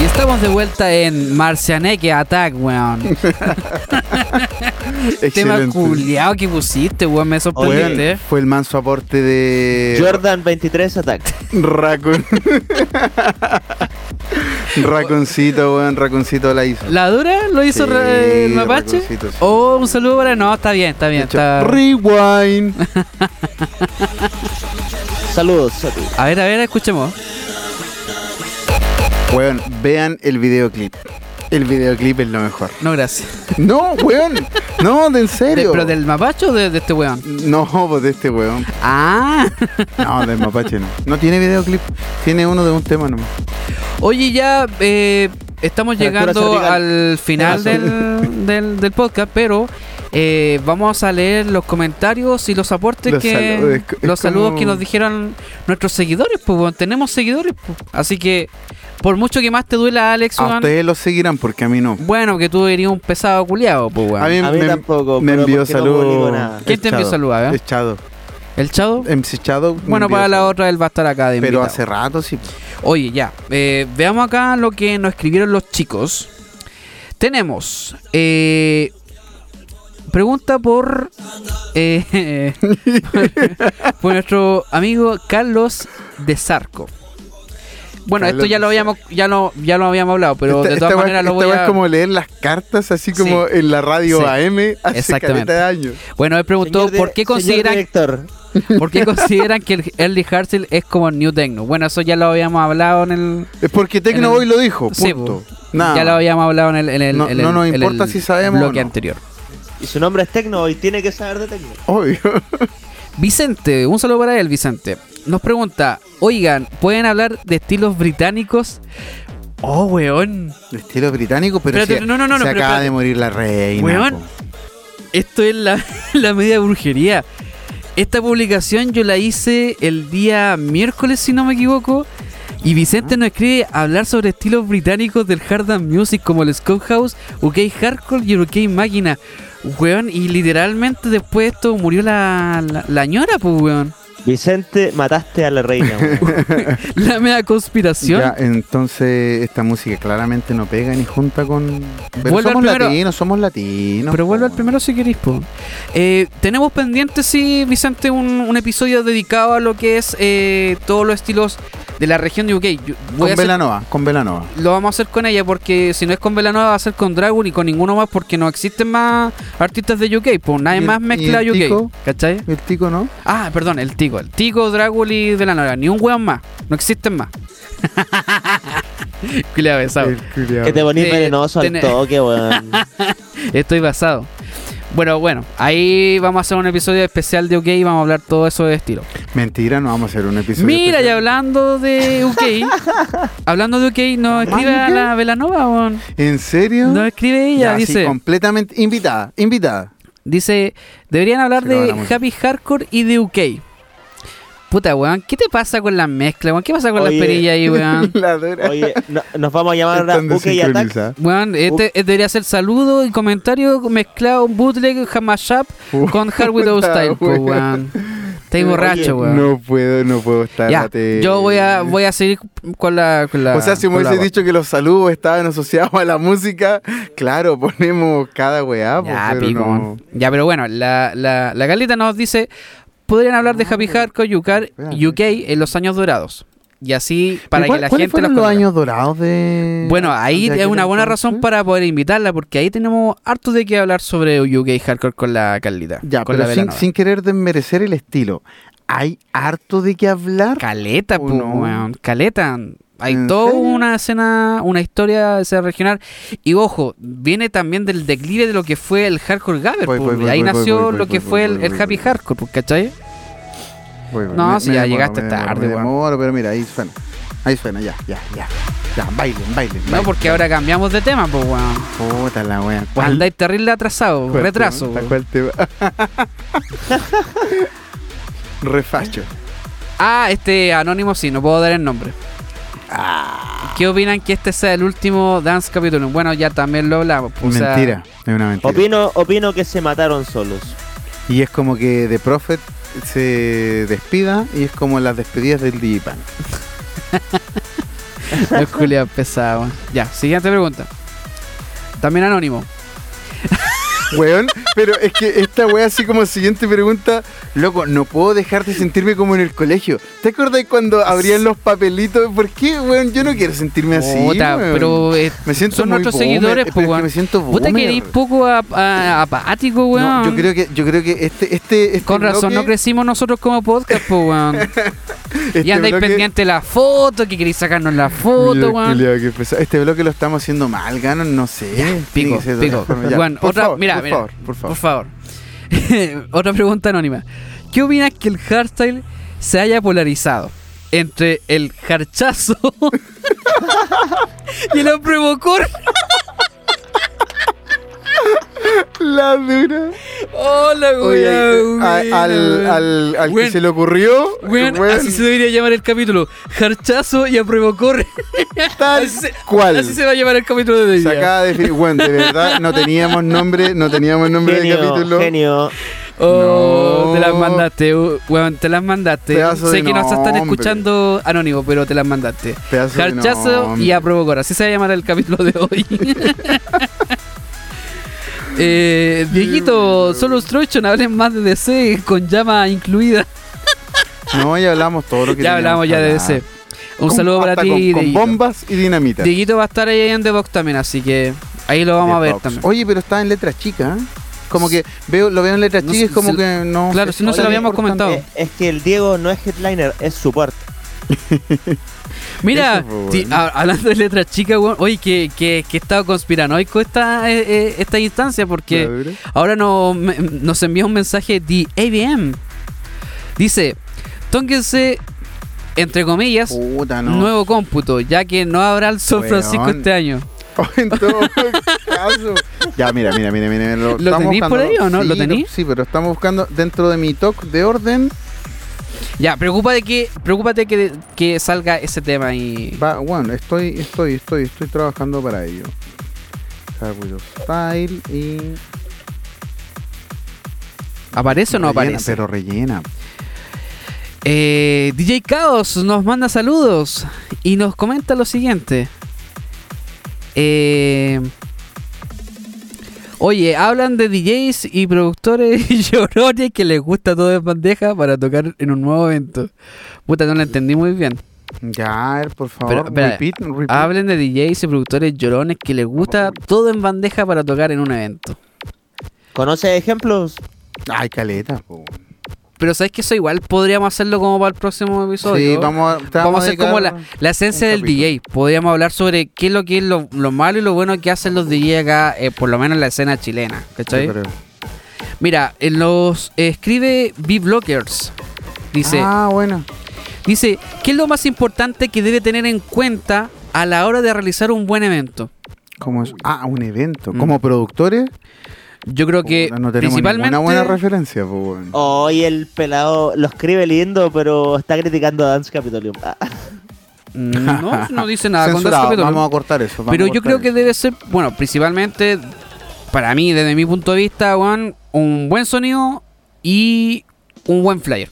F: Y estamos de vuelta en Marcianeque Attack, weón. Tema
E: Excelente.
F: culiao que pusiste, weón. Me
E: Weón,
F: sorprendiste.
E: fue el manso aporte de
G: Jordan 23 Attack.
E: Raccoon. Raconcito, weón, raconcito de la hizo.
F: ¿La dura lo hizo
E: Sí,
F: re- el mapache?
E: Raconcito, sí.
F: Oh, un saludo para. No, está bien, está bien.
E: De hecho,
F: Está...
E: Rewind.
G: Saludos, saludos.
F: A ver, a ver, escuchemos.
E: Weón, vean el videoclip. El videoclip es lo mejor.
F: No, gracias.
E: No, weón. No, de en
F: De-
E: serio.
F: ¿Pero del mapache o de, de este weón?
E: No, pues de este weón.
F: Ah.
E: No, del mapache no. No tiene videoclip. Tiene uno de un tema nomás.
F: Oye, ya eh, estamos
G: Fractura
F: llegando
G: cervical.
F: al final del, del, del podcast, pero eh, vamos a leer los comentarios y los aportes
E: Los
F: que
E: saludos, es co- es
F: los saludos
E: como-
F: que nos dijeron nuestros seguidores, pues bueno, tenemos seguidores, pues. así que por mucho que más te duela Alex,
E: A
F: weón,
E: ustedes lo seguirán porque a mí no.
F: bueno, que tú eres un pesado culiado, pues weón.
E: A mí,
G: A mí
E: me,
G: tampoco,
E: me
G: pero
E: envió
G: porque no publico
E: saludos.
G: nada.
F: ¿Quién te envió saludos, a ver?
E: Es Shadow.
F: El Chado,
E: MC Shadow. me
F: ¿eh? bueno,
E: envió
F: para la
E: saludos.
F: otra él va a estar acá de
E: Pero
F: invitado.
E: hace rato sí.
F: Oye, ya. eh, veamos acá lo que nos escribieron los chicos. Tenemos. eh, pregunta por. eh, por nuestro amigo Carlos de Sarco. Bueno, esto
E: Carlos
F: ya
E: de Este-
F: lo habíamos, ya lo, ya lo habíamos hablado, pero
E: Esta-
F: de
E: esta
F: todas
E: weá-
F: maneras lo
E: esta
F: voy a.
E: weá es como leer las cartas así como en la radio
F: Sí.
E: AM hace
F: Exactamente.
E: caleta de años.
F: Bueno, él preguntó
G: Señor di-
F: por qué
G: señor
F: consideran
G: director,
F: por qué consideran que el early hardstyle es como New Techno. Bueno, eso ya lo habíamos hablado en el
E: Es porque
F: En el-
E: Tecnoboy lo dijo,
F: Sí,
E: punto.
F: po.
E: Nada.
F: Ya lo habíamos hablado en el, en el-
E: No-
F: en el-
E: no nos
F: en el
E: importa si sabemos
F: bloque
E: o no.
F: anterior.
G: Y su nombre es Tecno y tiene que saber de Tecno.
E: Obvio.
F: Vicente, un saludo para él, Vicente. Nos pregunta, oigan, ¿pueden hablar de estilos británicos? Oh, weón.
E: De estilo británico, pero
F: Espérate,
E: se,
F: no, no, no,
E: se
F: no, pero
E: acaba
F: espérate.
E: de morir la reina.
F: Weón.
E: po.
F: Esto es la, la media brujería. Esta publicación yo la hice el día miércoles, si no me equivoco. Y Vicente nos escribe hablar sobre estilos británicos del hard dance music como el Scott House, UK Hardcore y el UK Máquina. Weón, y literalmente después de esto murió la, la, la ñora, pues, weón.
G: Vicente, mataste a la reina. weón.
F: La media conspiración.
E: Ya, entonces esta música claramente no pega ni junta con. Pero
F: Vuelve al
E: somos
F: primero.
E: latinos, somos latinos.
F: Pero
E: po,
F: vuelve al
E: weón.
F: primero si queréis, po. Eh, tenemos pendiente, sí, Vicente, un, un episodio dedicado a lo que es eh, todos los estilos de la región de UK. Yo voy a
E: Con
F: hacer-
E: Velanova, con Velanova.
F: lo vamos a hacer con ella porque si no es con Velanova va a ser con Dragon y con ninguno más porque no existen más artistas de UK, pues nadie
E: ¿Y el-
F: más mezcla
E: y el
F: UK.
E: Tico?
F: ¿Cachai?
E: El tico, ¿no?
F: Ah, perdón, el Tico. El Tico, Dragon y Velanova. Ni un weón más. No existen más. Culeado, besado.
E: El culiao.
G: que te ponís
F: Eh,
G: venenoso al
F: tiene-
G: toque, weón.
F: Estoy basado. Bueno, bueno, ahí vamos a hacer un episodio especial de UK y vamos a hablar todo eso de estilo.
E: Mentira, no vamos a hacer un episodio.
F: Mira, y
E: especial.
F: hablando de UK, hablando de UK, nos escribe a la Velanova, weón.
E: ¿En serio?
F: Nos escribe ella,
E: Ya, sí,
F: dice,
E: completamente invitada, invitada.
F: dice, deberían hablar
E: Se acabó
F: de
E: la música.
F: Happy Hardcore y de UK. Puta, weón, ¿qué te pasa con la mezcla, weón? ¿Qué pasa con
G: Oye.
F: las perillas ahí, weón?
E: La dura.
G: Oye, no- nos vamos a llamar ahora
E: Están
G: UK y Attack.
E: desincronizadas.
F: Weón, este este debería ser saludo y comentario mezclado, un bootleg, mashup
E: Puta,
F: con Hard Without Style, po,
E: weón.
F: weón. Estáis
G: Oye,
F: borracho, weón.
E: No puedo, no puedo estar.
F: Ya,
E: atento.
F: yo voy a, voy a seguir con la. con la-
E: O sea, si me
F: con la-
E: hubiese dicho que los saludos estaban asociados a la música, claro, ponemos cada weá, pues,
F: Ya,
E: pero
F: pico,
E: no.
F: man. Ya, pero bueno, la, la, la Carlita nos dice: podrían hablar de Happy Hardcore UK,
E: Ah, espérate.
F: UK en los años dorados. Y así, para
E: ¿Y cuál-
F: que la
E: ¿Cuáles
F: gente
E: fueron los
F: conozca.
E: años dorados de.
F: Bueno, ahí
E: de
F: es
E: aquel
F: una buena
E: entonces?
F: razón para poder invitarla, porque ahí tenemos harto de qué hablar sobre UK Hardcore con la Carlita.
E: Ya,
F: con
E: pero
F: la
E: sin,
F: Belanova.
E: sin querer desmerecer el estilo. ¿Hay harto de qué hablar?
F: Caleta,
E: ¿O
F: pues,
E: no?
F: weón, caleta. Hay
E: ¿En
F: toda
E: serio?
F: una escena, una historia de escena regional. Y ojo, viene también del declive de lo que fue el hardcore gabber.
E: Voy,
F: pues,
E: voy,
F: de
E: voy,
F: ahí
E: voy,
F: nació
E: voy, voy,
F: lo que
E: voy,
F: fue
E: voy,
F: el,
E: voy,
F: el
E: voy,
F: happy
E: voy.
F: hardcore, pues, ¿cachai?
E: Voy, voy,
F: No, si ya
E: demoro,
F: llegaste
E: me
F: tarde,
E: demoro, me
F: weón.
E: demoro, pero mira, ahí suena. Ahí suena, ya, ya, ya. Ya, bailen, bailen.
F: No,
E: bailen.
F: porque ahora cambiamos de tema, pues, weón.
E: Puta la wea.
F: Andáis terrible atrasado,
E: ¿Cuál
F: retraso.
E: tema?
F: weón.
E: ¿Cuál tema? Refacho.
F: Ah, este anónimo sí, no puedo dar el nombre.
E: Ah.
F: ¿Qué opinan que este sea el último Dance Capítulo? Bueno, ya también lo hablamos. pues, o sea,
E: mentira, es una mentira.
G: Opino, opino que se mataron solos.
E: Y es como que The Prophet se despida y es como las despedidas del Digipan.
F: Es culiao pesado. weón. Ya, siguiente pregunta. También anónimo.
E: Weón, Pero es que esta wea, así como siguiente pregunta, loco, no puedo dejar de sentirme como en el colegio. ¿Te acordás cuando abrían los papelitos? ¿Por qué, weón? Yo no quiero sentirme así.
F: Puta,
E: weón.
F: pero eh,
E: me siento
F: son
E: muy
F: nuestros
E: boomer,
F: seguidores,
E: pero
F: pues,
E: es que
F: weón.
E: me siento
F: Puta que
E: boomer.
F: eres poco ap- a- apático,
E: No,
F: weón.
E: yo creo que, yo creo que este, este, este
F: Con razón, no
E: bloque-
F: crecimos nosotros como podcast, pues, weón.
E: este
F: y andáis
E: bloque-
F: pendiente de la foto, que queréis sacarnos la foto,
E: Mira,
F: weón.
E: culiao, qué pesado. Este bloque lo estamos haciendo mal, Ganon, no sé. Tiene
F: Pico,
E: que ser de
F: pico.
E: otra forma, ya.
F: Weón,
E: Por
F: otra,
E: favor,
F: mira,
E: por
F: mira,
E: favor, por favor.
F: favor. otra pregunta anónima. ¿Qué opinas que el hardstyle se haya polarizado entre el harchazo y el hombre
E: La dura.
F: Hola,
E: Oye, eh,
F: weón.
E: a- al, al, al que se le ocurrió,
F: Weón,
E: weón,
F: así se debería llamar el capítulo. Harchazo y a prueba corre.
E: tal
F: así se-
E: cual.
F: Así se va a llamar el capítulo de hoy
E: Se
F: día.
E: acaba de definir. Bueno, de verdad, no teníamos nombre, no teníamos nombre de
G: Genio,
E: capítulo.
G: genio.
F: Oh,
E: No.
F: te las mandaste, uh, weón, te las mandaste.
E: Pedazo
F: sé
E: de
F: que nos están
E: nombre.
F: escuchando anónimo, pero te las mandaste.
E: Pedazo de
F: Harchazo
E: nombre.
F: y a prueba corre. Así se va a llamar el capítulo de hoy. eh, Dieguito, solo Struction, hablen más de DC con llama incluida.
E: No, ya hablamos todo lo que
F: Ya hablamos ya de DC. Un saludo para ti,
E: Con, con
F: Dieguito.
E: bombas y dinamita.
F: Dieguito va a estar ahí en The Box también, así que ahí lo vamos a ver
E: Box.
F: también.
E: Oye, pero está en letras chicas. ¿eh? Como que veo, lo veo en letras
F: No
E: chicas,
F: sé,
E: como
F: se-
E: que no.
F: claro, si no se lo
E: Oye,
F: habíamos comentado.
G: Eh, es que el Diego no es headliner, es support.
F: Mira,
E: Eso, pues,
F: ti-
E: bueno.
F: a- hablando de letras chicas, weón, oye, que, que, que he estado conspiranoico esta, eh, eh, esta instancia porque
E: la dura.
F: ahora no, me- nos envía un mensaje de ABM. Dice, tónquense, entre comillas,
E: Puta, Uh, no.
F: nuevo cómputo, ya que no habrá el San
E: Weón.
F: Francisco este año.
E: Oh, en todo caso. Ya, mira, mira, mira, mira. ¿Lo, estamos
F: tenís por ahí o no?
E: Sí,
F: ¿Lo tenís?
E: Sí, pero estamos buscando dentro de mi talk de orden.
F: Ya, preocupa de que, preocúpate que, que salga ese tema y...
E: Va, bueno, estoy, estoy, estoy, estoy trabajando para ello. Sacuyo Style y.
F: ¿Aparece o no
E: Rellena,
F: aparece?
E: Pero rellena.
F: Eh, DJ Chaos nos manda saludos y nos comenta lo siguiente. Eh, oye, hablan de DJs y productores y llorones que les gusta todo en bandeja para tocar en un nuevo evento. Puta, no lo entendí muy bien.
E: Ya, a ver, por favor.
F: Pero, espera,
E: repeat, repeat.
F: Hablen de DJs y productores llorones que les gusta todo en bandeja para tocar en un evento.
G: ¿Conoce ejemplos?
E: Ay, caleta. po.
F: Pero sabes que eso igual podríamos hacerlo como para el próximo episodio.
E: Sí, vamos a, te
F: Vamos a hacer
E: dedicar
F: como la, la esencia
E: un
F: del
E: capítulo.
F: DJ. Podríamos hablar sobre qué es lo que es lo, lo malo y lo bueno que hacen los DJ acá, eh, por lo menos en la escena chilena. ¿Cachai?
E: Yo creo.
F: Mira, en los eh, escribe B-Blockers. Dice,
E: Ah, bueno.
F: dice, ¿qué es lo más importante que debe tener en cuenta a la hora de realizar un buen evento?
E: Como es- ah, un evento.
F: Mm.
E: Como productores,
F: Yo creo que
E: puta, no tenemos
F: principalmente
E: ninguna buena referencia. po, weón.
G: Hoy el pelado lo escribe lindo, pero está criticando a Dance Capitolium. Ah,
F: no, no dice nada. con
E: Censurado,
F: Dance Capitol.
E: vamos a cortar eso. Pues vamos
F: Pero
E: a
F: yo
E: cortar
F: creo que
E: eso.
F: debe ser, bueno, principalmente para mí, desde mi punto de vista, weón, un buen sonido y un buen flyer.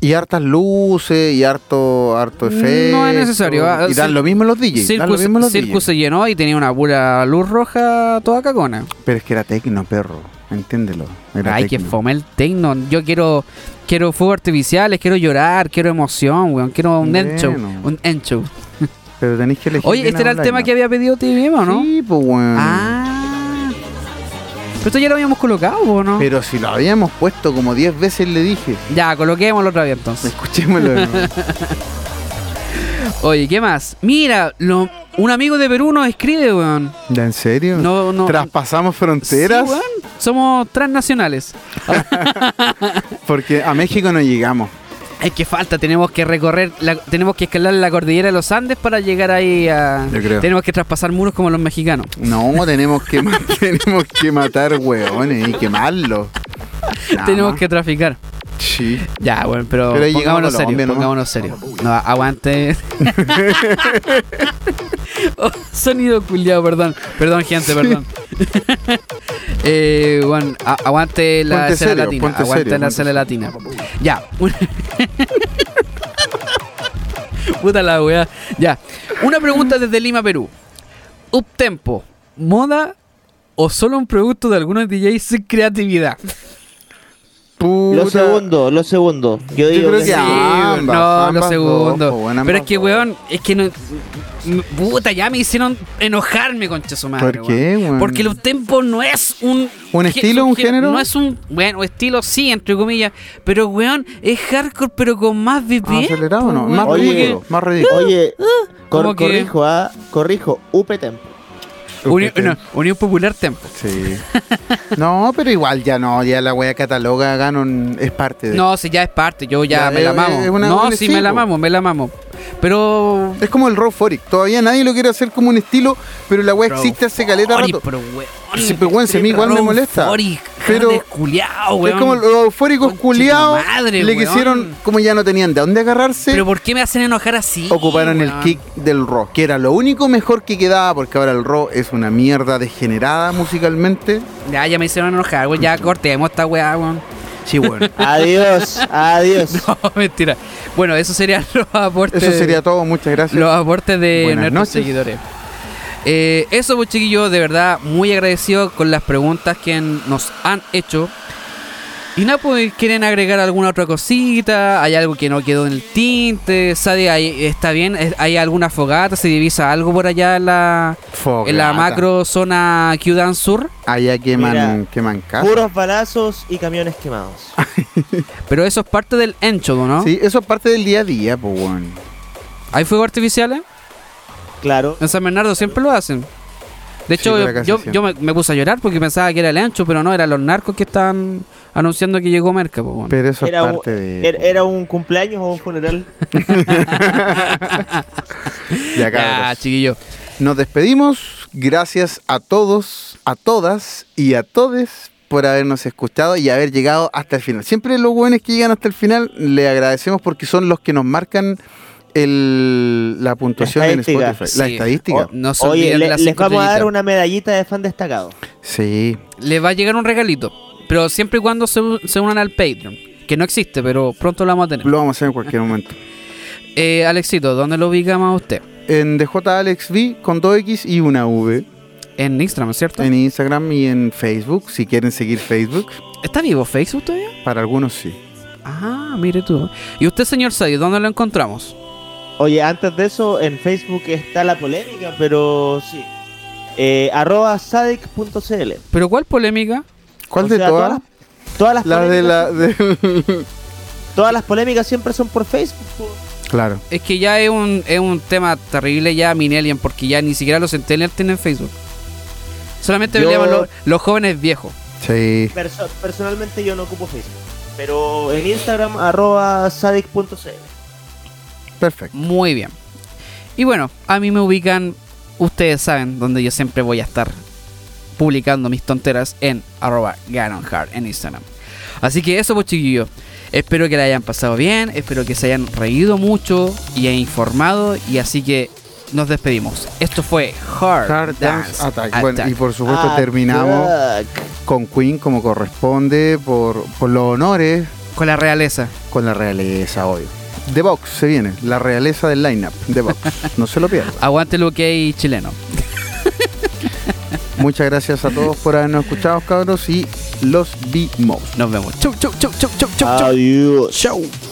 E: Y hartas luces, y harto, harto
F: No es
E: efecto.
F: necesario, ah,
E: Y dan
F: cir-
E: lo mismo los DJs. dan lo
F: Circus,
E: mismo los
F: Circus
E: DJs.
F: se llenó y tenía una pura luz roja toda cacona.
E: Pero es que era tecno, perro. Entiéndelo. Era
F: Ay, que
E: tecno.
F: fome el techno. Yo quiero quiero fuegos artificiales, quiero llorar, quiero emoción, weón. Quiero un end show,
E: Bueno.
F: un end show.
E: Pero tenéis que elegir.
F: Oye,
E: bien
F: este era el
E: online,
F: tema
E: ¿no?
F: que había pedido TVM, ¿o no?
E: Sí, pues, weón.
F: Ah. Pero esto ya lo habíamos colocado, ¿o no?
E: Pero si lo habíamos puesto como 10 veces, le dije.
F: Ya, coloquémoslo otra vez entonces.
E: Escuchémoslo. de nuevo.
F: Oye, ¿qué más? Mira, lo- un amigo de Perú nos escribe, weón.
E: ¿Ya, ¿En serio?
F: No, no.
E: Traspasamos fronteras
F: Sí, weón. Somos transnacionales.
E: porque a México no llegamos.
F: Es que falta, tenemos que recorrer, la- tenemos que escalar la cordillera de los Andes para llegar ahí a...
E: Yo creo.
F: Tenemos que traspasar muros como los mexicanos.
E: No, tenemos que, ma- tenemos que matar hueones y quemarlos. Nada
F: tenemos
E: más.
F: que traficar.
E: Sí.
F: Ya, bueno, pero,
E: Pero ahí
F: pongámonos
E: llegamos a
F: serios,
E: Colombia, ¿no?
F: pongámonos serios. No, aguante. Oh, sonido culiado, perdón. Perdón, gente, perdón. eh, bueno, a- aguante la
E: Ponte
F: escena
E: serio,
F: latina.
E: ponte
F: Aguante
E: serio,
F: la
E: ponte
F: escena latina. Ya. Puta la weá. Ya. Una pregunta desde Lima, Perú. Uptempo, moda o solo un producto de algunos DJs sin creatividad?
E: Puta.
G: Lo segundo, lo segundo. Yo digo
E: creo
G: que
E: que
G: sí.
E: ambas,
F: no, lo
E: ambas
F: segundo.
E: dos, po, weón,
F: Pero
E: ambas
F: es que,
E: dos.
F: weón, es que no. m- Puta, ya me hicieron enojarme, concha su madre.
E: ¿Por qué, weón?
F: Porque el tempo no es un.
E: ¿Un
F: ge-
E: estilo, un
F: ge-
E: género?
F: No es un. Bueno, estilo sí, entre comillas. Pero, weón, es hardcore, pero con más BPM.
E: ¿Más Ah, acelerado o no?
F: pues,
E: Más
F: weón,
G: Oye,
E: ridículo, más ridículo.
G: Oye, cor-
F: Uh, ¿Cómo que?
G: corrijo, ah, corrijo, UP Tempo.
F: Unión, no, Unión Popular Tempo.
E: Sí. No, pero igual ya no, ya la wea cataloga, Ganon es parte de.
F: No, si ya es parte, yo ya,
E: Ya,
F: me la
E: es-
F: mamo.
E: es una-
F: no,
E: un
F: sí, me la
E: estilo.
F: mamo, me la mamo. Pero.
E: Es como el rock Foric, todavía nadie lo quiere hacer como un estilo, pero la wea
F: Bro,
E: existe hace caleta
F: Ori,
E: rato.
F: pero, weón,
E: Sí, pero, weón, si a mí igual me
F: Ron
E: molesta.
F: Fori,
E: Pero-
F: Hades culiao,
E: Es
F: weón.
E: como los eufóricos
F: Conche tu
E: culiados
F: madre,
E: le
F: weón.
E: quisieron, como ya no tenían de dónde agarrarse,
F: Pero ¿por qué me hacen enojar así?
E: ocuparon el
F: weón?
E: kick del rock, que era lo único mejor que quedaba, porque ahora el rock es una mierda degenerada musicalmente.
F: Ya, ya me hicieron enojar, weón. Ya cortemos esta weá, weón.
E: Sí, bueno.
G: Adiós, adiós.
F: No, mentira. Bueno, eso serían los aportes.
E: Eso sería todo, muchas gracias.
F: Los aportes de nuestros
E: Buenas noches.
F: seguidores. Eh, eso, pues chiquillos, de verdad, muy agradecido con las preguntas que nos han hecho. Y nada, pues quieren agregar alguna otra cosita, hay algo que no quedó en el tinte, ¿sabe? Ahí está bien, ¿Es- hay alguna fogata, se divisa algo por allá en la,
E: Fogata.
F: en la macro zona Ciudad Sur.
E: Allá queman,
G: Mira,
E: queman casas.
G: Puros balazos y camiones quemados.
F: Pero eso es parte del Enchodo, ¿no?
E: Sí, eso es parte del día a día, pues, weón.
F: ¿Hay fuegos artificiales?
G: Claro.
F: En San Bernardo siempre lo hacen. De
E: Sí,
F: hecho,
E: por acá
F: yo,
E: sí, sí.
F: yo me, me puse a llorar porque pensaba que era el ancho, pero no, eran los narcos que estaban anunciando que llegó Merca. po, weón.
E: Pero eso
G: Era
E: es
G: un,
E: parte de.
G: era- era un cumpleaños o un funeral.
E: Ya,
F: Ya,
E: cabros.
F: chiquillo.
E: Nos despedimos. Gracias a todos, a todas y a todes por habernos escuchado y haber llegado hasta el final. Siempre los buenos que llegan hasta el final le agradecemos porque son los que nos marcan el, la puntuación
G: La
E: en
G: estadística.
E: Spotify. La
F: Sí. Oh,
E: estadística.
G: O-
F: No se
G: Oye,
F: olviden de
G: le-
F: las
G: les
F: cinco
G: vamos a dar
F: estrellitas.
G: una medallita de fan destacado.
E: Sí.
F: Les va a llegar un regalito, pero siempre y cuando se, se unan al Patreon, que no existe, pero pronto lo vamos a tener.
E: Lo vamos a hacer en cualquier momento.
F: Eh, Alexito, ¿dónde lo ubica más usted?
E: En DJAlexV con 2X y una V.
F: En Instagram, ¿cierto?
E: En Instagram y en Facebook, si quieren seguir Facebook.
F: ¿Está vivo Facebook todavía?
E: Para algunos sí.
F: Ah, mire tú. ¿Y usted, señor Sayo, dónde lo encontramos?
G: Oye, antes de eso, en Facebook está la polémica, pero sí. Eh, arroba sadic.cl.
F: ¿Pero cuál polémica?
E: ¿Cuál
G: O
E: de
G: sea,
E: todas?
G: Todas las,
E: La de
G: polémicas,
E: la... de-
G: todas las polémicas siempre son por Facebook.
E: claro.
F: Es que ya es un, es un tema terrible ya Minelian, porque ya ni siquiera los Centennials tienen Facebook. Solamente
G: Yo-
F: veíamos los, los jóvenes viejos.
E: Sí.
G: Perso- personalmente yo no ocupo Facebook. Pero en Instagram, arroba sadic.cl.
E: Perfecto.
F: Muy bien. Y bueno, a mí me ubican, ustedes saben, donde yo siempre voy a estar publicando mis tonteras en arroba GanonHard en Instagram. Así que eso pues chiquillos. Espero que la hayan pasado bien, espero que se hayan reído mucho y hayan informado. Y así que nos despedimos. Esto fue Hard,
E: Hard Dance Attack. Bueno, y por supuesto
G: Ah,
E: terminamos
G: crack.
E: con Queen como corresponde, por, por los honores,
F: Con la realeza.
E: con la realeza hoy. The Box se viene, la realeza del lineup. The Box, no se lo pierdan.
F: Aguante lo que hay chileno.
E: Muchas gracias a todos por habernos escuchado, cabros, y los vimos.
F: Nos vemos. Chau, chau, chau, chau, chau, chau. chau.
G: Adiós.
E: Chau.